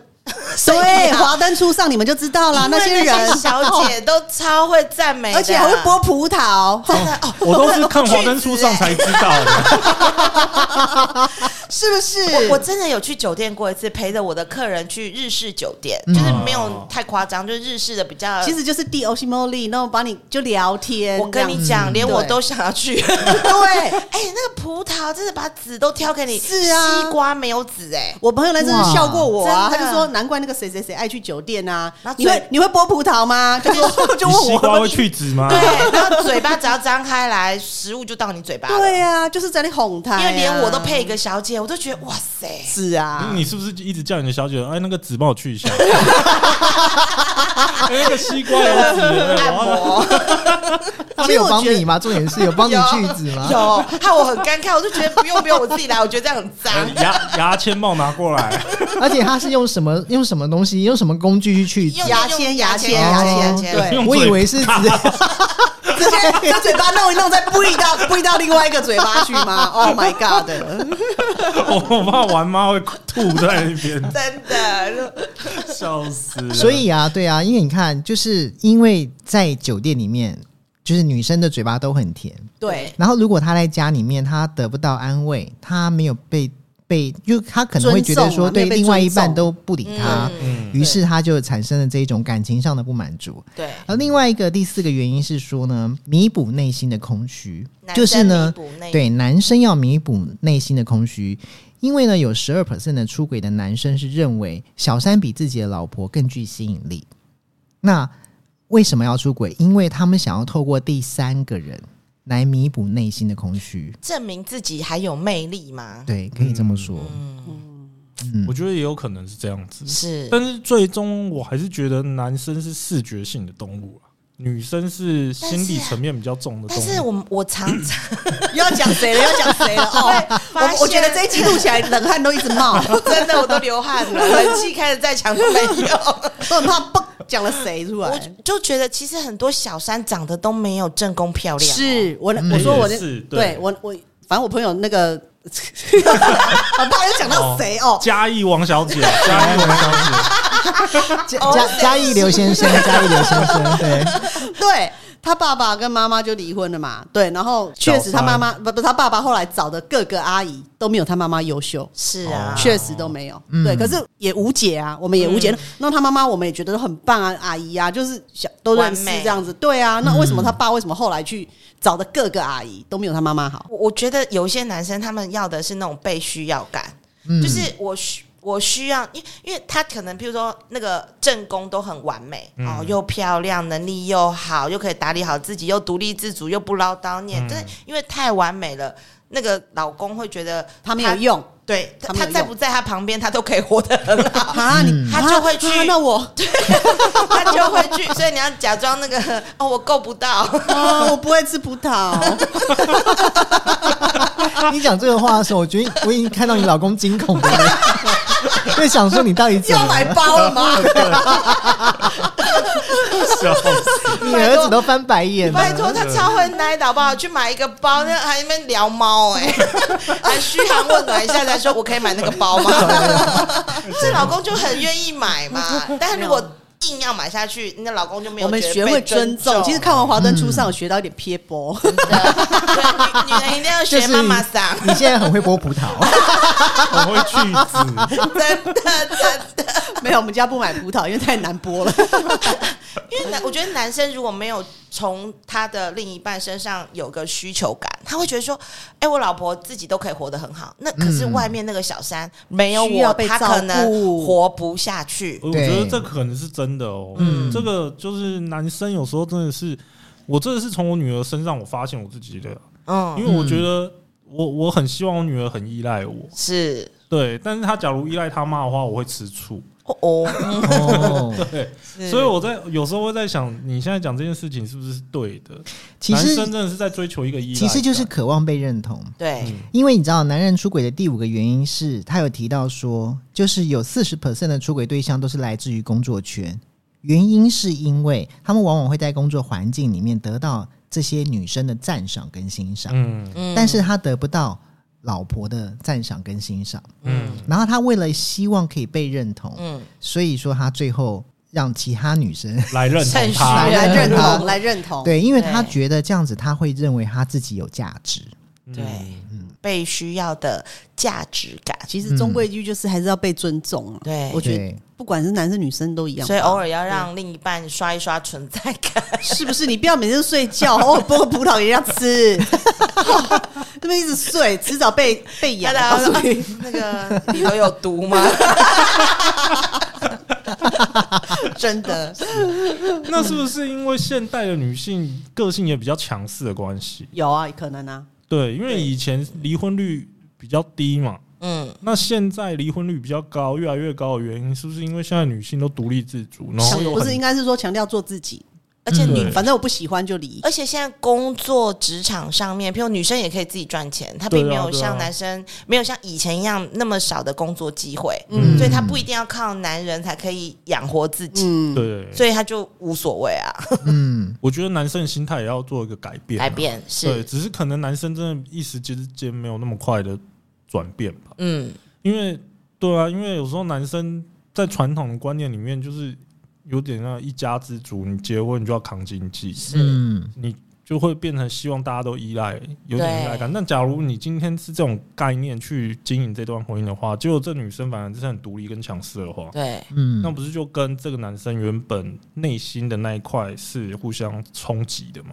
[SPEAKER 3] 对，华灯初上，你们就知道啦。
[SPEAKER 4] 那
[SPEAKER 3] 些人，
[SPEAKER 4] 小姐都超会赞美的，啊
[SPEAKER 3] 而且还会剥葡萄，
[SPEAKER 4] 真的哦，
[SPEAKER 2] 我都是看华灯初上才知道的。
[SPEAKER 3] 是不是？
[SPEAKER 4] 我我真的有去酒店过一次，陪着我的客人去日式酒店，就是没有太夸张，就是日式的比较。
[SPEAKER 3] 嗯其实就是 D O C M O L Y，那我帮你就聊天。
[SPEAKER 4] 呃我跟你
[SPEAKER 3] 这样
[SPEAKER 4] 讲，连我都想要 去。
[SPEAKER 3] 子，嗯对。
[SPEAKER 4] 哎，那个葡萄真的把籽都挑给你，
[SPEAKER 3] 是啊
[SPEAKER 4] 西瓜没有籽哎。
[SPEAKER 3] 我朋友来真是笑过我啊，
[SPEAKER 4] 哇
[SPEAKER 3] 他
[SPEAKER 4] 真的
[SPEAKER 3] 就说难怪那个谁谁谁爱去酒店啊
[SPEAKER 4] 然，后
[SPEAKER 3] 你会
[SPEAKER 4] 嘴
[SPEAKER 3] 你会剥葡萄吗？就说就
[SPEAKER 2] 你
[SPEAKER 3] 问
[SPEAKER 2] 西瓜
[SPEAKER 3] 我，
[SPEAKER 2] 会去籽吗？
[SPEAKER 4] 对，然后嘴巴只要张开来，食物就到你嘴巴了。
[SPEAKER 3] 对啊，就是在那哄他，
[SPEAKER 4] 因为连我都配一个小姐，我都觉得哇塞，
[SPEAKER 3] 是啊，
[SPEAKER 2] 你是不是一直叫你的小姐？哎，那个籽帮我去一下。哎那个西瓜有
[SPEAKER 3] 啊
[SPEAKER 2] 籽，哎
[SPEAKER 4] 按
[SPEAKER 2] 我
[SPEAKER 4] 摩
[SPEAKER 1] 他们有帮你吗？重点是有帮你句子吗？
[SPEAKER 4] 有，害我很尴尬，我就觉得不用不用，我自己来，我觉得这样很脏
[SPEAKER 2] 要。哎牙
[SPEAKER 3] 哎
[SPEAKER 2] 牙签帽拿过来。
[SPEAKER 1] 而且他是用什么用什么东西用什么工具去去籽
[SPEAKER 4] 用？
[SPEAKER 3] 牙签
[SPEAKER 4] 用
[SPEAKER 3] 牙
[SPEAKER 4] 牙
[SPEAKER 3] 签
[SPEAKER 4] 签
[SPEAKER 1] 牙
[SPEAKER 3] 牙
[SPEAKER 1] 签
[SPEAKER 3] 签，哦对，
[SPEAKER 2] 用
[SPEAKER 1] 哎我以
[SPEAKER 2] 嘴
[SPEAKER 1] 为是直接
[SPEAKER 3] 直接把嘴巴弄一弄，再不一到不一到另外一个嘴巴去吗？Oh my god！
[SPEAKER 2] 我 我怕玩妈会吐在那边，
[SPEAKER 4] 真的，
[SPEAKER 2] 笑死 了。
[SPEAKER 1] 所以啊，对啊，因为你看，就是因为在酒店里面，就是女生的嘴巴都很甜，
[SPEAKER 3] 对，
[SPEAKER 1] 然后如果她在家里面，她得不到安慰，她没有被被，就她可能会觉得
[SPEAKER 3] 尊重
[SPEAKER 1] 说，
[SPEAKER 3] 嘛
[SPEAKER 1] 对
[SPEAKER 3] 没有被
[SPEAKER 1] 另外一
[SPEAKER 3] 尊重
[SPEAKER 1] 半都不理她，
[SPEAKER 2] 嗯，
[SPEAKER 1] 于是她就产生了这一种感情上的不满足。
[SPEAKER 4] 对，
[SPEAKER 1] 而另外一个第四个原因是说呢，弥补内心的空虚，
[SPEAKER 4] 男
[SPEAKER 1] 就
[SPEAKER 4] 生
[SPEAKER 1] 是呢
[SPEAKER 4] 弥补内，
[SPEAKER 1] 对男生要弥补内心的空虚，因为呢，有十二 percent 的出轨的男生是认为小三比自己的老婆更具吸引力。那为什么要出轨？因为他们想要透过第三个人来弥补内心的空虚。
[SPEAKER 4] 证明自己还有魅力吗？
[SPEAKER 1] 对，可以这么说。
[SPEAKER 4] 嗯
[SPEAKER 2] 我觉得也有可能是这样子，
[SPEAKER 4] 是，
[SPEAKER 2] 但是最终我还是觉得男生是视觉性的动物啊，女生是心理层面比较重的动
[SPEAKER 4] 但是
[SPEAKER 2] 物。
[SPEAKER 4] 我我常常
[SPEAKER 3] 又要讲谁了？要讲谁了？哦，
[SPEAKER 4] 发现
[SPEAKER 3] 我我觉得这一集录起来冷汗都一直冒，
[SPEAKER 4] 真的我都流汗 了，冷气开始在墙都没有。
[SPEAKER 3] 都很怕蹦讲了谁出
[SPEAKER 4] 我
[SPEAKER 3] 来。
[SPEAKER 4] 就觉得其实很多小三长得都没有正宫漂亮，哦
[SPEAKER 3] 是我那
[SPEAKER 1] 嗯
[SPEAKER 3] 我说我那
[SPEAKER 2] 也是对
[SPEAKER 3] 对我我反正我朋友那个，很怕又讲到谁哦，
[SPEAKER 2] 嘉义王小姐，嘉义王小姐，
[SPEAKER 1] 嘉嘉嘉义刘先
[SPEAKER 4] 哦
[SPEAKER 1] 生，嘉义刘先生，对，
[SPEAKER 3] 对他爸爸跟妈妈就离婚了嘛，对，然后确实
[SPEAKER 2] 小
[SPEAKER 3] 他
[SPEAKER 2] 三
[SPEAKER 3] 妈妈不不他爸爸后来找的各个阿姨都没有他妈妈优秀。
[SPEAKER 4] 是啊，
[SPEAKER 3] 确实都没有，
[SPEAKER 1] 嗯
[SPEAKER 3] 对，可是也无解啊，我们也无解。那他妈妈我们也觉得都很棒啊，阿姨啊，就是小都认识
[SPEAKER 4] 完美
[SPEAKER 3] 这样子，对啊。那为什么他爸为什么后来去找的各个阿姨都没有他妈妈好？
[SPEAKER 4] 我我觉得有一些男生他们要的是那种被需要感，
[SPEAKER 1] 嗯
[SPEAKER 4] 就是我需我需要，因因为他可能比如说那个正宫都很完美、
[SPEAKER 3] 嗯
[SPEAKER 4] 哦，又漂亮，能力又好，又可以打理好自己，又独立自主，又不唠叨念，
[SPEAKER 3] 嗯
[SPEAKER 4] 但是因为太完美了，那个老公会觉得
[SPEAKER 3] 他没有用
[SPEAKER 4] 对他
[SPEAKER 3] 他没有
[SPEAKER 4] 他在
[SPEAKER 3] 用
[SPEAKER 4] 不在他旁边，他都可以活得很好。
[SPEAKER 3] 啊，你
[SPEAKER 1] 嗯
[SPEAKER 4] 他就会去
[SPEAKER 3] 啊啊那我
[SPEAKER 4] 他就会去，所以你要假装那个哦，我够不 到，
[SPEAKER 3] 啊，我不会吃葡萄，
[SPEAKER 1] 你讲这个话的时候，我觉得我已经看到你老公惊恐的 脸，就想说你到底怎
[SPEAKER 3] 要
[SPEAKER 1] 么
[SPEAKER 3] 买
[SPEAKER 1] 了？
[SPEAKER 3] 包了吗？
[SPEAKER 2] 笑死！
[SPEAKER 1] 你儿子都翻白眼
[SPEAKER 4] 拜托
[SPEAKER 1] 了。
[SPEAKER 4] 他超会奶的好不好？去买一个包，那还在那边聊猫 哎、还嘘寒问暖一下，才说我可以买那个包 吗？这老公就很愿意买 嘛，但如果硬要买下去，那老公就 没有
[SPEAKER 3] 我们
[SPEAKER 4] 觉得
[SPEAKER 3] 学
[SPEAKER 4] 被
[SPEAKER 3] 会
[SPEAKER 4] 尊
[SPEAKER 3] 尊重。其实看完《华灯初上》，我学到一点 撇波。
[SPEAKER 4] 对女女人一定要
[SPEAKER 1] 就
[SPEAKER 4] 学
[SPEAKER 1] 是
[SPEAKER 4] 妈妈桑，
[SPEAKER 1] 你现在很会剥葡 萄，
[SPEAKER 2] 我会去籽，
[SPEAKER 4] 真的真的。
[SPEAKER 3] 没有，我们家不买葡萄，因为太难剥了。
[SPEAKER 4] 因为男，我觉得男生如果没有从他的另一半身上有个需求感，他会觉得说：“哎、我老婆自己都可以活得很好，那可是
[SPEAKER 1] 嗯
[SPEAKER 4] 外面那个小三没有
[SPEAKER 3] 需
[SPEAKER 4] 我
[SPEAKER 3] 要，被
[SPEAKER 4] 他
[SPEAKER 3] 照
[SPEAKER 4] 可能
[SPEAKER 3] 顾
[SPEAKER 4] 活不下去。
[SPEAKER 2] 我
[SPEAKER 1] 对
[SPEAKER 2] 觉得这可能是真的哦。
[SPEAKER 4] 嗯
[SPEAKER 2] 这个就是男生有时候真的是，我真的是从我女儿身上我发现我自己的，”因
[SPEAKER 4] 嗯，
[SPEAKER 2] 为我觉得我我很希望我女儿很依赖我，
[SPEAKER 4] 是
[SPEAKER 2] 对，但是她假如依赖她妈的话，我会吃醋。
[SPEAKER 4] 哦哦，
[SPEAKER 1] 哦，
[SPEAKER 2] 对，
[SPEAKER 4] 嗯
[SPEAKER 2] 所以我在有时候会在想，你现在讲这件事情是不是对的？
[SPEAKER 1] 其
[SPEAKER 2] 男生
[SPEAKER 1] 实
[SPEAKER 2] 真的是在追求一个依赖
[SPEAKER 1] 其
[SPEAKER 2] 感，
[SPEAKER 1] 实就是渴望被认同。
[SPEAKER 4] 对，
[SPEAKER 2] 嗯
[SPEAKER 1] 因为你知道，男人出轨的第五个原因是他有提到说，就是有四十 percent 的出轨对象都是来自于工作圈，原因是因为他们往往会在工作环境里面得到这些女生的赞赏跟欣赏，
[SPEAKER 2] 嗯
[SPEAKER 4] 嗯
[SPEAKER 1] 但是他得不到老婆的赞赏跟欣赏，
[SPEAKER 2] 嗯
[SPEAKER 1] 然后他为了希望可以被认同，
[SPEAKER 4] 嗯，
[SPEAKER 1] 所以说他最后让其他女生
[SPEAKER 2] 来认同
[SPEAKER 4] 趁虚
[SPEAKER 2] 他
[SPEAKER 4] 而。
[SPEAKER 3] 来认
[SPEAKER 1] 认同
[SPEAKER 3] 同，来认同，
[SPEAKER 1] 对，因为他
[SPEAKER 4] 对
[SPEAKER 1] 觉得这样子他会认为他自己有价值，
[SPEAKER 2] 嗯
[SPEAKER 4] 对，被需要的价值感，
[SPEAKER 3] 其实终归一句就是还是要被尊重啊。
[SPEAKER 4] 对
[SPEAKER 3] 我。觉得
[SPEAKER 1] 对，
[SPEAKER 3] 不管是男生女生都一样吧，
[SPEAKER 4] 所以偶尔要让另一半刷一刷存在感，
[SPEAKER 3] 是不是你不要每天睡觉，偶尔剥个葡萄也要吃， 这边一直睡，迟早被被咬。
[SPEAKER 4] 他
[SPEAKER 3] 告
[SPEAKER 4] 的啊
[SPEAKER 3] 诉你，
[SPEAKER 4] 那个里头有毒吗？
[SPEAKER 3] 真的
[SPEAKER 2] 那是不是因为现代的女性个性也比较强势的关系？
[SPEAKER 3] 有啊，可能啊，
[SPEAKER 2] 对，因为以前离婚率比较低嘛，
[SPEAKER 4] 嗯，
[SPEAKER 2] 那现在离婚率比较高，越来越高的原因，是不是因为现在女性都独立自主，然后
[SPEAKER 4] 是
[SPEAKER 2] 又
[SPEAKER 3] 不
[SPEAKER 2] 很
[SPEAKER 3] 是应该是说强调做自己，
[SPEAKER 4] 而且女
[SPEAKER 2] 对
[SPEAKER 3] 反正我不喜欢就离。
[SPEAKER 4] 而且现在工作职场上面，譬如女生也可以自己赚钱，她并
[SPEAKER 2] 对啊
[SPEAKER 4] 没有
[SPEAKER 2] 对啊
[SPEAKER 4] 像男生、没有像以前一样那么少的工作机会，
[SPEAKER 2] 嗯
[SPEAKER 4] 所以她不一定要靠男人才可以养活自己，
[SPEAKER 3] 嗯，
[SPEAKER 2] 对？
[SPEAKER 4] 所以她就无所谓啊，
[SPEAKER 1] 嗯，
[SPEAKER 2] 我觉得男生的心态也要做一个改变啊、
[SPEAKER 4] 改变
[SPEAKER 2] 对，
[SPEAKER 4] 是
[SPEAKER 2] 只是可能男生真的一时之间没有那么快的转变吧，
[SPEAKER 4] 嗯
[SPEAKER 2] 因为对啊，因为有时候男生在传统的观念里面就是有点那一家之主，你结婚你就要扛经济，
[SPEAKER 4] 是
[SPEAKER 1] 嗯，
[SPEAKER 2] 你就会变成希望大家都依赖，有点
[SPEAKER 4] 对
[SPEAKER 2] 依赖感。但假如你今天是这种概念去经营这段婚姻的话，结果这女生反而是很独立跟强势的话，
[SPEAKER 4] 对
[SPEAKER 1] 嗯
[SPEAKER 2] 那不是就跟这个男生原本内心的那一块是互相冲击的吗？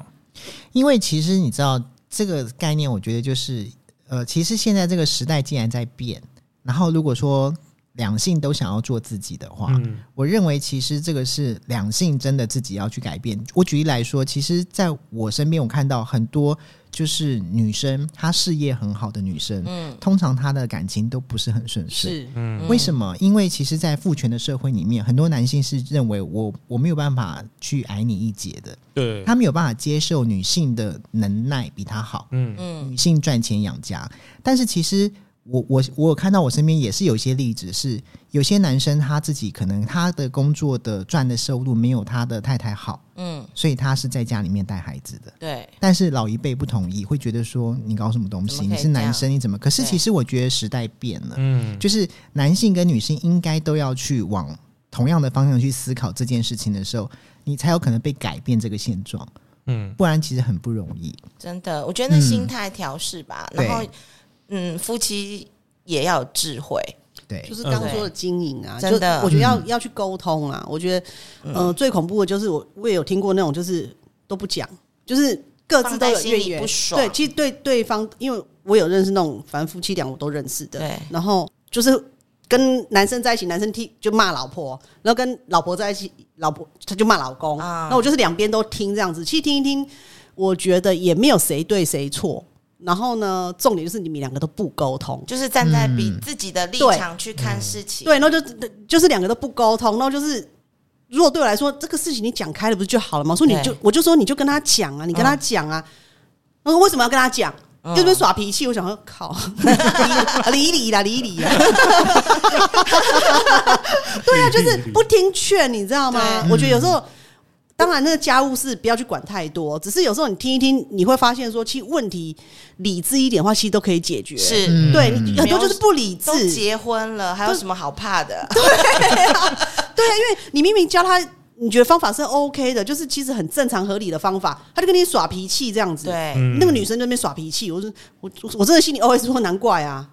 [SPEAKER 1] 因为其实你知道这个概念，我觉得就是呃，其实现在这个时代竟然在变，然后如果说两性都想要做自己的话，
[SPEAKER 2] 嗯，
[SPEAKER 1] 我认为其实这个是两性真的自己要去改变。我举例来说，其实在我身边，我看到很多就是女生，她事业很好的女生，
[SPEAKER 4] 嗯
[SPEAKER 1] 通常她的感情都不是很顺遂。
[SPEAKER 2] 嗯
[SPEAKER 1] 为什么？因为其实，在父权的社会里面，很多男性是认为我我没有办法去矮你一截的，
[SPEAKER 2] 对，
[SPEAKER 1] 他没有办法接受女性的能耐比他好，
[SPEAKER 2] 嗯
[SPEAKER 4] 嗯
[SPEAKER 1] 女性赚钱养家。但是其实我我我有看到我身边也是有一些例子是，有些男生他自己可能他的工作的赚的收入没有他的太太好，
[SPEAKER 4] 嗯
[SPEAKER 1] 所以他是在家里面带孩子的。
[SPEAKER 4] 对
[SPEAKER 1] 但是老一辈不同意，会觉得说你搞什么东
[SPEAKER 4] 怎
[SPEAKER 1] 西？
[SPEAKER 4] 么可以
[SPEAKER 1] 你是男生，你怎么？可是
[SPEAKER 4] 对
[SPEAKER 1] 其实我觉得时代变了，
[SPEAKER 2] 嗯，
[SPEAKER 1] 就是男性跟女性应该都要去往同样的方向去思考这件事情的时候，你才有可能被改变这个现状。
[SPEAKER 2] 嗯，
[SPEAKER 1] 不然其实很不容易。
[SPEAKER 4] 真的，我觉得那
[SPEAKER 1] 嗯
[SPEAKER 4] 心态调试吧，然后
[SPEAKER 1] 对
[SPEAKER 4] 嗯夫妻也要有智慧，
[SPEAKER 1] 对
[SPEAKER 3] 就，是刚刚说的经营啊，
[SPEAKER 4] 真
[SPEAKER 3] 就
[SPEAKER 4] 的
[SPEAKER 3] 我觉得要
[SPEAKER 1] 嗯
[SPEAKER 3] 要去沟通啊。我觉得，呃，最恐怖的就是我我也有听过那种，就是都不讲，就是各自
[SPEAKER 4] 放
[SPEAKER 3] 都
[SPEAKER 4] 在
[SPEAKER 3] 有
[SPEAKER 4] 心
[SPEAKER 3] 怨
[SPEAKER 4] 里
[SPEAKER 3] 言
[SPEAKER 4] 不。爽，
[SPEAKER 3] 对，其实对对方，因为我有认识那种，反正夫妻俩我都认识的。
[SPEAKER 4] 对
[SPEAKER 3] 然后就是跟男生在一起，男生踢就骂老婆，然后跟老婆在一起，老婆他就骂老公。
[SPEAKER 4] 啊
[SPEAKER 3] 那、我就是两边都听这样子，其实听一听，我觉得也没有谁对谁错。然后呢，重点就是你们两个都不沟通。
[SPEAKER 4] 就是站在比
[SPEAKER 1] 嗯
[SPEAKER 4] 自己的立
[SPEAKER 3] 对
[SPEAKER 4] 场去
[SPEAKER 2] 嗯
[SPEAKER 4] 看事情，
[SPEAKER 3] 对，然后就就是两个都不沟通，然后就是。如果对我来说，这个事情你讲开了不是就好了吗？我说你就
[SPEAKER 4] 对
[SPEAKER 3] 我就说你就跟他讲啊，你跟他讲啊。他说为什么要跟他讲？
[SPEAKER 4] 嗯
[SPEAKER 3] 就这边耍脾气，我想说靠， 理理啦，理理啦，
[SPEAKER 2] 对啊，
[SPEAKER 3] 就是不听劝，你知道吗？
[SPEAKER 4] 对
[SPEAKER 3] 我觉得有时候，当然那个家务事不要去管太多，只是有时候你听一听，你会发现说，其实问题理智一点的话，其实都可以解决。
[SPEAKER 4] 是。
[SPEAKER 1] 嗯
[SPEAKER 3] 对，你很多就是不理
[SPEAKER 4] 都
[SPEAKER 3] 智，
[SPEAKER 4] 结婚了，还有什么好怕的？
[SPEAKER 3] 对啊，因为你明明教他，你觉得方法是 OK 的，就是其实很正常合理的方法，他就跟你耍脾气这样子。，
[SPEAKER 4] 对，
[SPEAKER 2] 嗯
[SPEAKER 3] 那个女生在那边耍脾气，我就我我真的心里 OS 说难怪啊，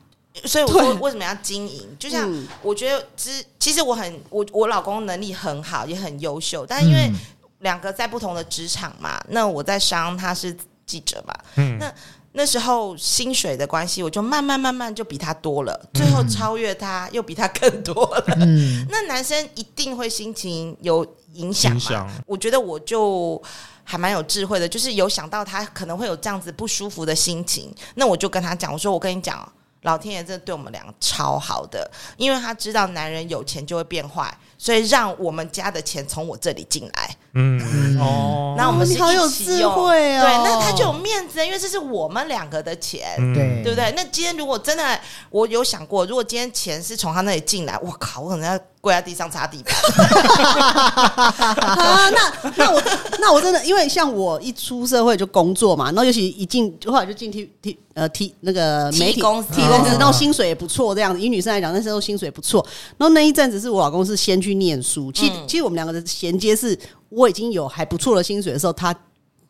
[SPEAKER 4] 所以我
[SPEAKER 3] 对
[SPEAKER 4] 说为什么要经营？就像
[SPEAKER 3] 嗯
[SPEAKER 4] 我觉得，其实其实我很我我老公能力很好，也很优秀，但因为
[SPEAKER 1] 嗯
[SPEAKER 4] 两个在不同的职场嘛，那我在商，他是记者嘛，
[SPEAKER 2] 嗯
[SPEAKER 4] 那那时候薪水的关系，我就慢慢慢慢就比他多了，最后超越他，又比他更多了。
[SPEAKER 1] 嗯，
[SPEAKER 4] 那男生一定会心情有影响
[SPEAKER 2] 影
[SPEAKER 4] 嘛
[SPEAKER 2] 响？
[SPEAKER 4] 我觉得我就还蛮有智慧的，就是有想到他可能会有这样子不舒服的心情，那我就跟他讲，我说我跟你讲，老天爷真的对我们两个超好的，因为他知道男人有钱就会变坏，所以让我们家的钱从我这里进来。
[SPEAKER 2] 嗯哦，
[SPEAKER 4] 那我们是
[SPEAKER 3] 你好有
[SPEAKER 4] 一起
[SPEAKER 3] 智
[SPEAKER 4] 用
[SPEAKER 3] 慧哦
[SPEAKER 4] 对，那他就有面子，因为这是我们两个的钱。
[SPEAKER 2] 嗯
[SPEAKER 1] 对
[SPEAKER 4] 对不对？那今天如果真的，我有想过，如果今天钱是从他那里进来，我靠，我可能要跪在地上擦地板。
[SPEAKER 3] 啊，那那我那我真的，因为像我一出社会就工作嘛，然后尤其一进后来就进 T T 呃 T 那个媒体
[SPEAKER 4] T 公司
[SPEAKER 3] T 公司
[SPEAKER 1] 哦，
[SPEAKER 3] 然后薪水也不错，这样子以女生来讲，那时候薪水也不错。然后那一阵子是我老公是先去念书，其实、
[SPEAKER 4] 嗯
[SPEAKER 3] 其实我们两个的衔接是，我已经有还不错的薪水的时候，他。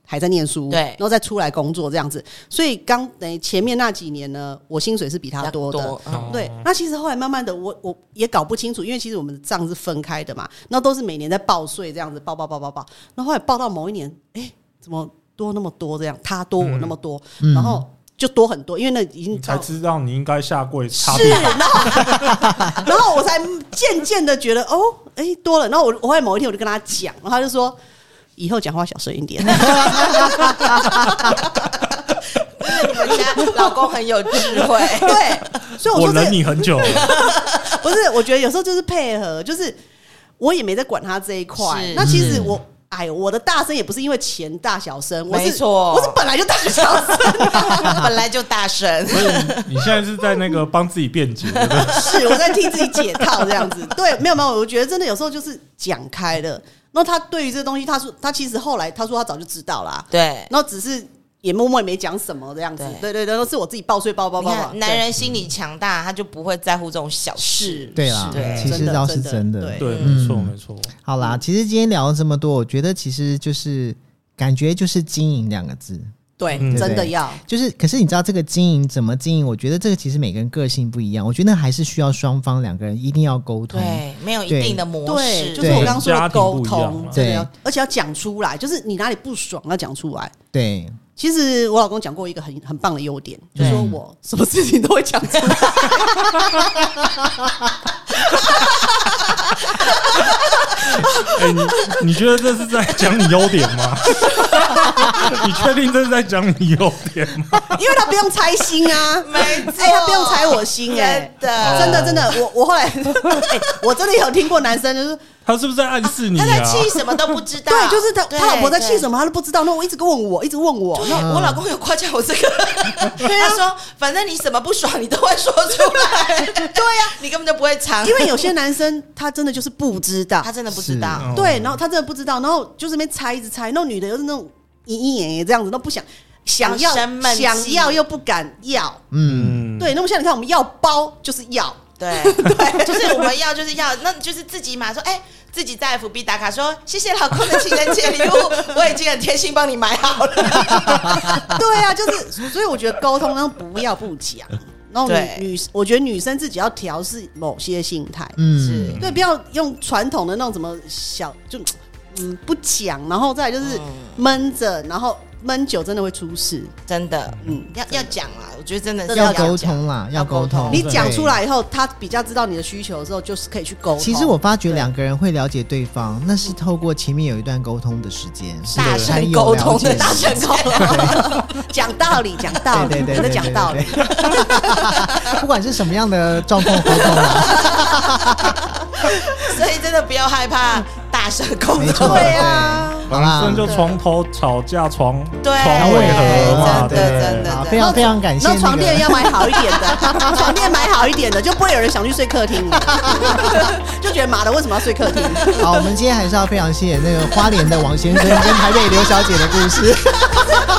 [SPEAKER 3] 还在念书，
[SPEAKER 4] 对
[SPEAKER 3] 然后再出来工作这样子，所以刚等于前面那几年呢，我薪水是比他多的，
[SPEAKER 4] 嗯
[SPEAKER 3] 对
[SPEAKER 2] 哦，
[SPEAKER 3] 那其实后来慢慢的我，我也搞不清楚，因为其实我们的账是分开的嘛，那都是每年在报税这样子报报报报报，那后来报到某一年，哎、怎么多那么多这样，他多我那么多，
[SPEAKER 1] 嗯
[SPEAKER 3] 然后就多很多，因为那已经
[SPEAKER 2] 你才
[SPEAKER 3] 到
[SPEAKER 2] 知道你应该下跪擦
[SPEAKER 3] 是，
[SPEAKER 2] 地板。
[SPEAKER 3] 然后 然后我才渐渐的觉得哦，哎、多了，然后我我后来某一天我就跟他讲，然后他就说以后讲话小声一点，
[SPEAKER 4] 你们家老公很有智 慧，
[SPEAKER 3] 对，所以我
[SPEAKER 2] 我
[SPEAKER 3] 说这个
[SPEAKER 2] 忍你很久了，
[SPEAKER 3] 不是，我觉得有时候就是配合，就是我也没在管他这一块
[SPEAKER 4] 是。
[SPEAKER 3] 那其实我。哎呦，我的大声也不是因为钱大小声，我是
[SPEAKER 4] 没错
[SPEAKER 3] 我是本来就大小声，
[SPEAKER 4] 本来就大神，
[SPEAKER 2] 所以你现在是在那个帮自己辩解，对不对？
[SPEAKER 3] 是我在替自己解套这样子。对，没有没有，我觉得真的有时候就是讲开了。那他对于这东西，他说他其实后来他说他早就知道啦，
[SPEAKER 4] 对。
[SPEAKER 3] 然后只是也默默也没讲什么这样子。对
[SPEAKER 4] 对
[SPEAKER 3] 对对，都是我自己报税报报
[SPEAKER 4] 你
[SPEAKER 3] 报报。
[SPEAKER 4] 看，男人心理强大，他就不会在乎这种小
[SPEAKER 3] 是
[SPEAKER 4] 事。
[SPEAKER 1] 对啦
[SPEAKER 3] 是
[SPEAKER 4] 对
[SPEAKER 1] 其实倒是真的
[SPEAKER 2] 对，
[SPEAKER 1] 嗯
[SPEAKER 2] 没错，没错。
[SPEAKER 1] 好啦，
[SPEAKER 4] 嗯
[SPEAKER 1] 其实今天聊了这么多，我觉得其实就是感觉就是经营两个字，
[SPEAKER 3] 对
[SPEAKER 2] 嗯
[SPEAKER 3] 真的
[SPEAKER 1] 对
[SPEAKER 3] 要
[SPEAKER 1] 就是可是你知道这个经营怎么经营？我觉得这个其实每个人个性不一样，我觉得还是需要双方两个人一定要沟通。
[SPEAKER 4] 对，没有一定的模
[SPEAKER 3] 对，
[SPEAKER 4] 式，
[SPEAKER 3] 就是我
[SPEAKER 1] 对
[SPEAKER 3] 刚刚说
[SPEAKER 2] 家
[SPEAKER 3] 的
[SPEAKER 2] 庭不
[SPEAKER 3] 沟
[SPEAKER 2] 一样
[SPEAKER 3] 通
[SPEAKER 2] 嘛，
[SPEAKER 3] 真的要
[SPEAKER 1] 对，
[SPEAKER 3] 而且要讲出来，就是你哪里不爽要讲出来。
[SPEAKER 1] 对
[SPEAKER 3] 其实我老公讲过一个很很棒的优点，就
[SPEAKER 1] 对
[SPEAKER 3] 说我什么事情都会讲出来。
[SPEAKER 2] 哎，你你觉得这是在讲你优点吗？ 你确定这是在讲你优点吗？
[SPEAKER 3] 因为他不用猜心啊，
[SPEAKER 4] 没错
[SPEAKER 3] 哎，他不用猜我心哎、
[SPEAKER 4] 真的
[SPEAKER 3] 真的真的，我我后来、 哎，我真的有听过男生就是
[SPEAKER 2] 他是不是在暗示你
[SPEAKER 4] 他
[SPEAKER 2] 啊？
[SPEAKER 4] 在气什么都不知道。
[SPEAKER 3] 对，就是他
[SPEAKER 4] 对
[SPEAKER 3] 他老婆在气什
[SPEAKER 4] 么？
[SPEAKER 3] 么他都不知道，那我一直问我，一直问我
[SPEAKER 4] 对，嗯啊对我老公有夸奖我 这个，他说：“反正你什么不爽，你都会说出来。 对啊呀，你根本就不会藏，
[SPEAKER 3] 因为有些男生他真的就是不知道
[SPEAKER 4] 他，真的不知道。
[SPEAKER 1] 哦
[SPEAKER 2] 嗯
[SPEAKER 3] 对，然后他真的不知道，然后就是那边猜一直猜，那女的又是那种隐隐眼眼这样子，都不想想要
[SPEAKER 4] 很生闷气
[SPEAKER 3] 想要又不敢要，
[SPEAKER 1] 嗯，
[SPEAKER 2] 嗯，
[SPEAKER 3] 对，那么像你看，我们要包就是 要。
[SPEAKER 4] 对 就是我们要就是要，那就是自己嘛，说哎、自己在 FB 打卡说谢谢老公的情人节礼物，我已经很贴心帮你买好了。
[SPEAKER 3] 对啊，就是，所以我觉得沟通，然后不要不讲，然后
[SPEAKER 4] 对
[SPEAKER 3] 女女，我觉得女生自己要调试某些心态，
[SPEAKER 1] 嗯
[SPEAKER 4] 是，
[SPEAKER 3] 对，不要用传统的那种什么小就嗯不讲，然后再来
[SPEAKER 1] 嗯
[SPEAKER 3] 就是闷着，然后闷久真的会出事，
[SPEAKER 4] 真的，
[SPEAKER 3] 嗯。
[SPEAKER 4] 要要讲啊，我觉得真的是
[SPEAKER 1] 要
[SPEAKER 4] 讲
[SPEAKER 1] 沟通啦，
[SPEAKER 4] 要
[SPEAKER 1] 要沟
[SPEAKER 4] 沟通
[SPEAKER 1] 通。
[SPEAKER 3] 你讲
[SPEAKER 1] 对
[SPEAKER 3] 出。来以后，他比较知道你的需求的时候，就是可以去
[SPEAKER 4] 嗯
[SPEAKER 3] 沟通。
[SPEAKER 1] 其实我发觉两个人会了解对方，那是透过前面有一段沟通的时间，
[SPEAKER 4] 大
[SPEAKER 1] 还
[SPEAKER 4] 声
[SPEAKER 1] 有
[SPEAKER 4] 啊沟
[SPEAKER 1] 了
[SPEAKER 4] 通的
[SPEAKER 1] 解
[SPEAKER 4] 大啊声沟通，
[SPEAKER 3] 讲道理，讲道理，
[SPEAKER 1] 对对对
[SPEAKER 3] 我在讲道理。
[SPEAKER 1] 不管是什么样的状况沟通 啊，
[SPEAKER 4] 所以真的不要害怕大声沟
[SPEAKER 1] 没错，
[SPEAKER 4] 通。
[SPEAKER 3] 对啊
[SPEAKER 1] 好啦
[SPEAKER 2] 反正，就床头吵架床
[SPEAKER 4] 对
[SPEAKER 2] 床尾和嘛，
[SPEAKER 4] 真的
[SPEAKER 2] 对不对
[SPEAKER 4] 真的
[SPEAKER 1] 好，非常非常感谢那
[SPEAKER 3] 那
[SPEAKER 1] 个。
[SPEAKER 3] 床垫要买好一点的， 床垫买好一点的，就不会有人想去睡客厅 了，就觉得妈的为什么要睡客厅？
[SPEAKER 1] 好，我们今天还是要非常谢谢那个花莲的王先生跟台北刘小姐的故事。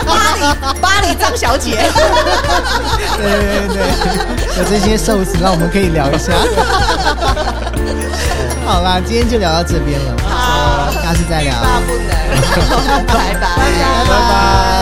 [SPEAKER 3] 巴黎巴黎张小姐，
[SPEAKER 1] 对对对对，有这些寿司，让我们可以聊一下。好啦，今天就聊呃到这边了，好，下次再聊，
[SPEAKER 4] 大不能，拜拜
[SPEAKER 1] 拜拜。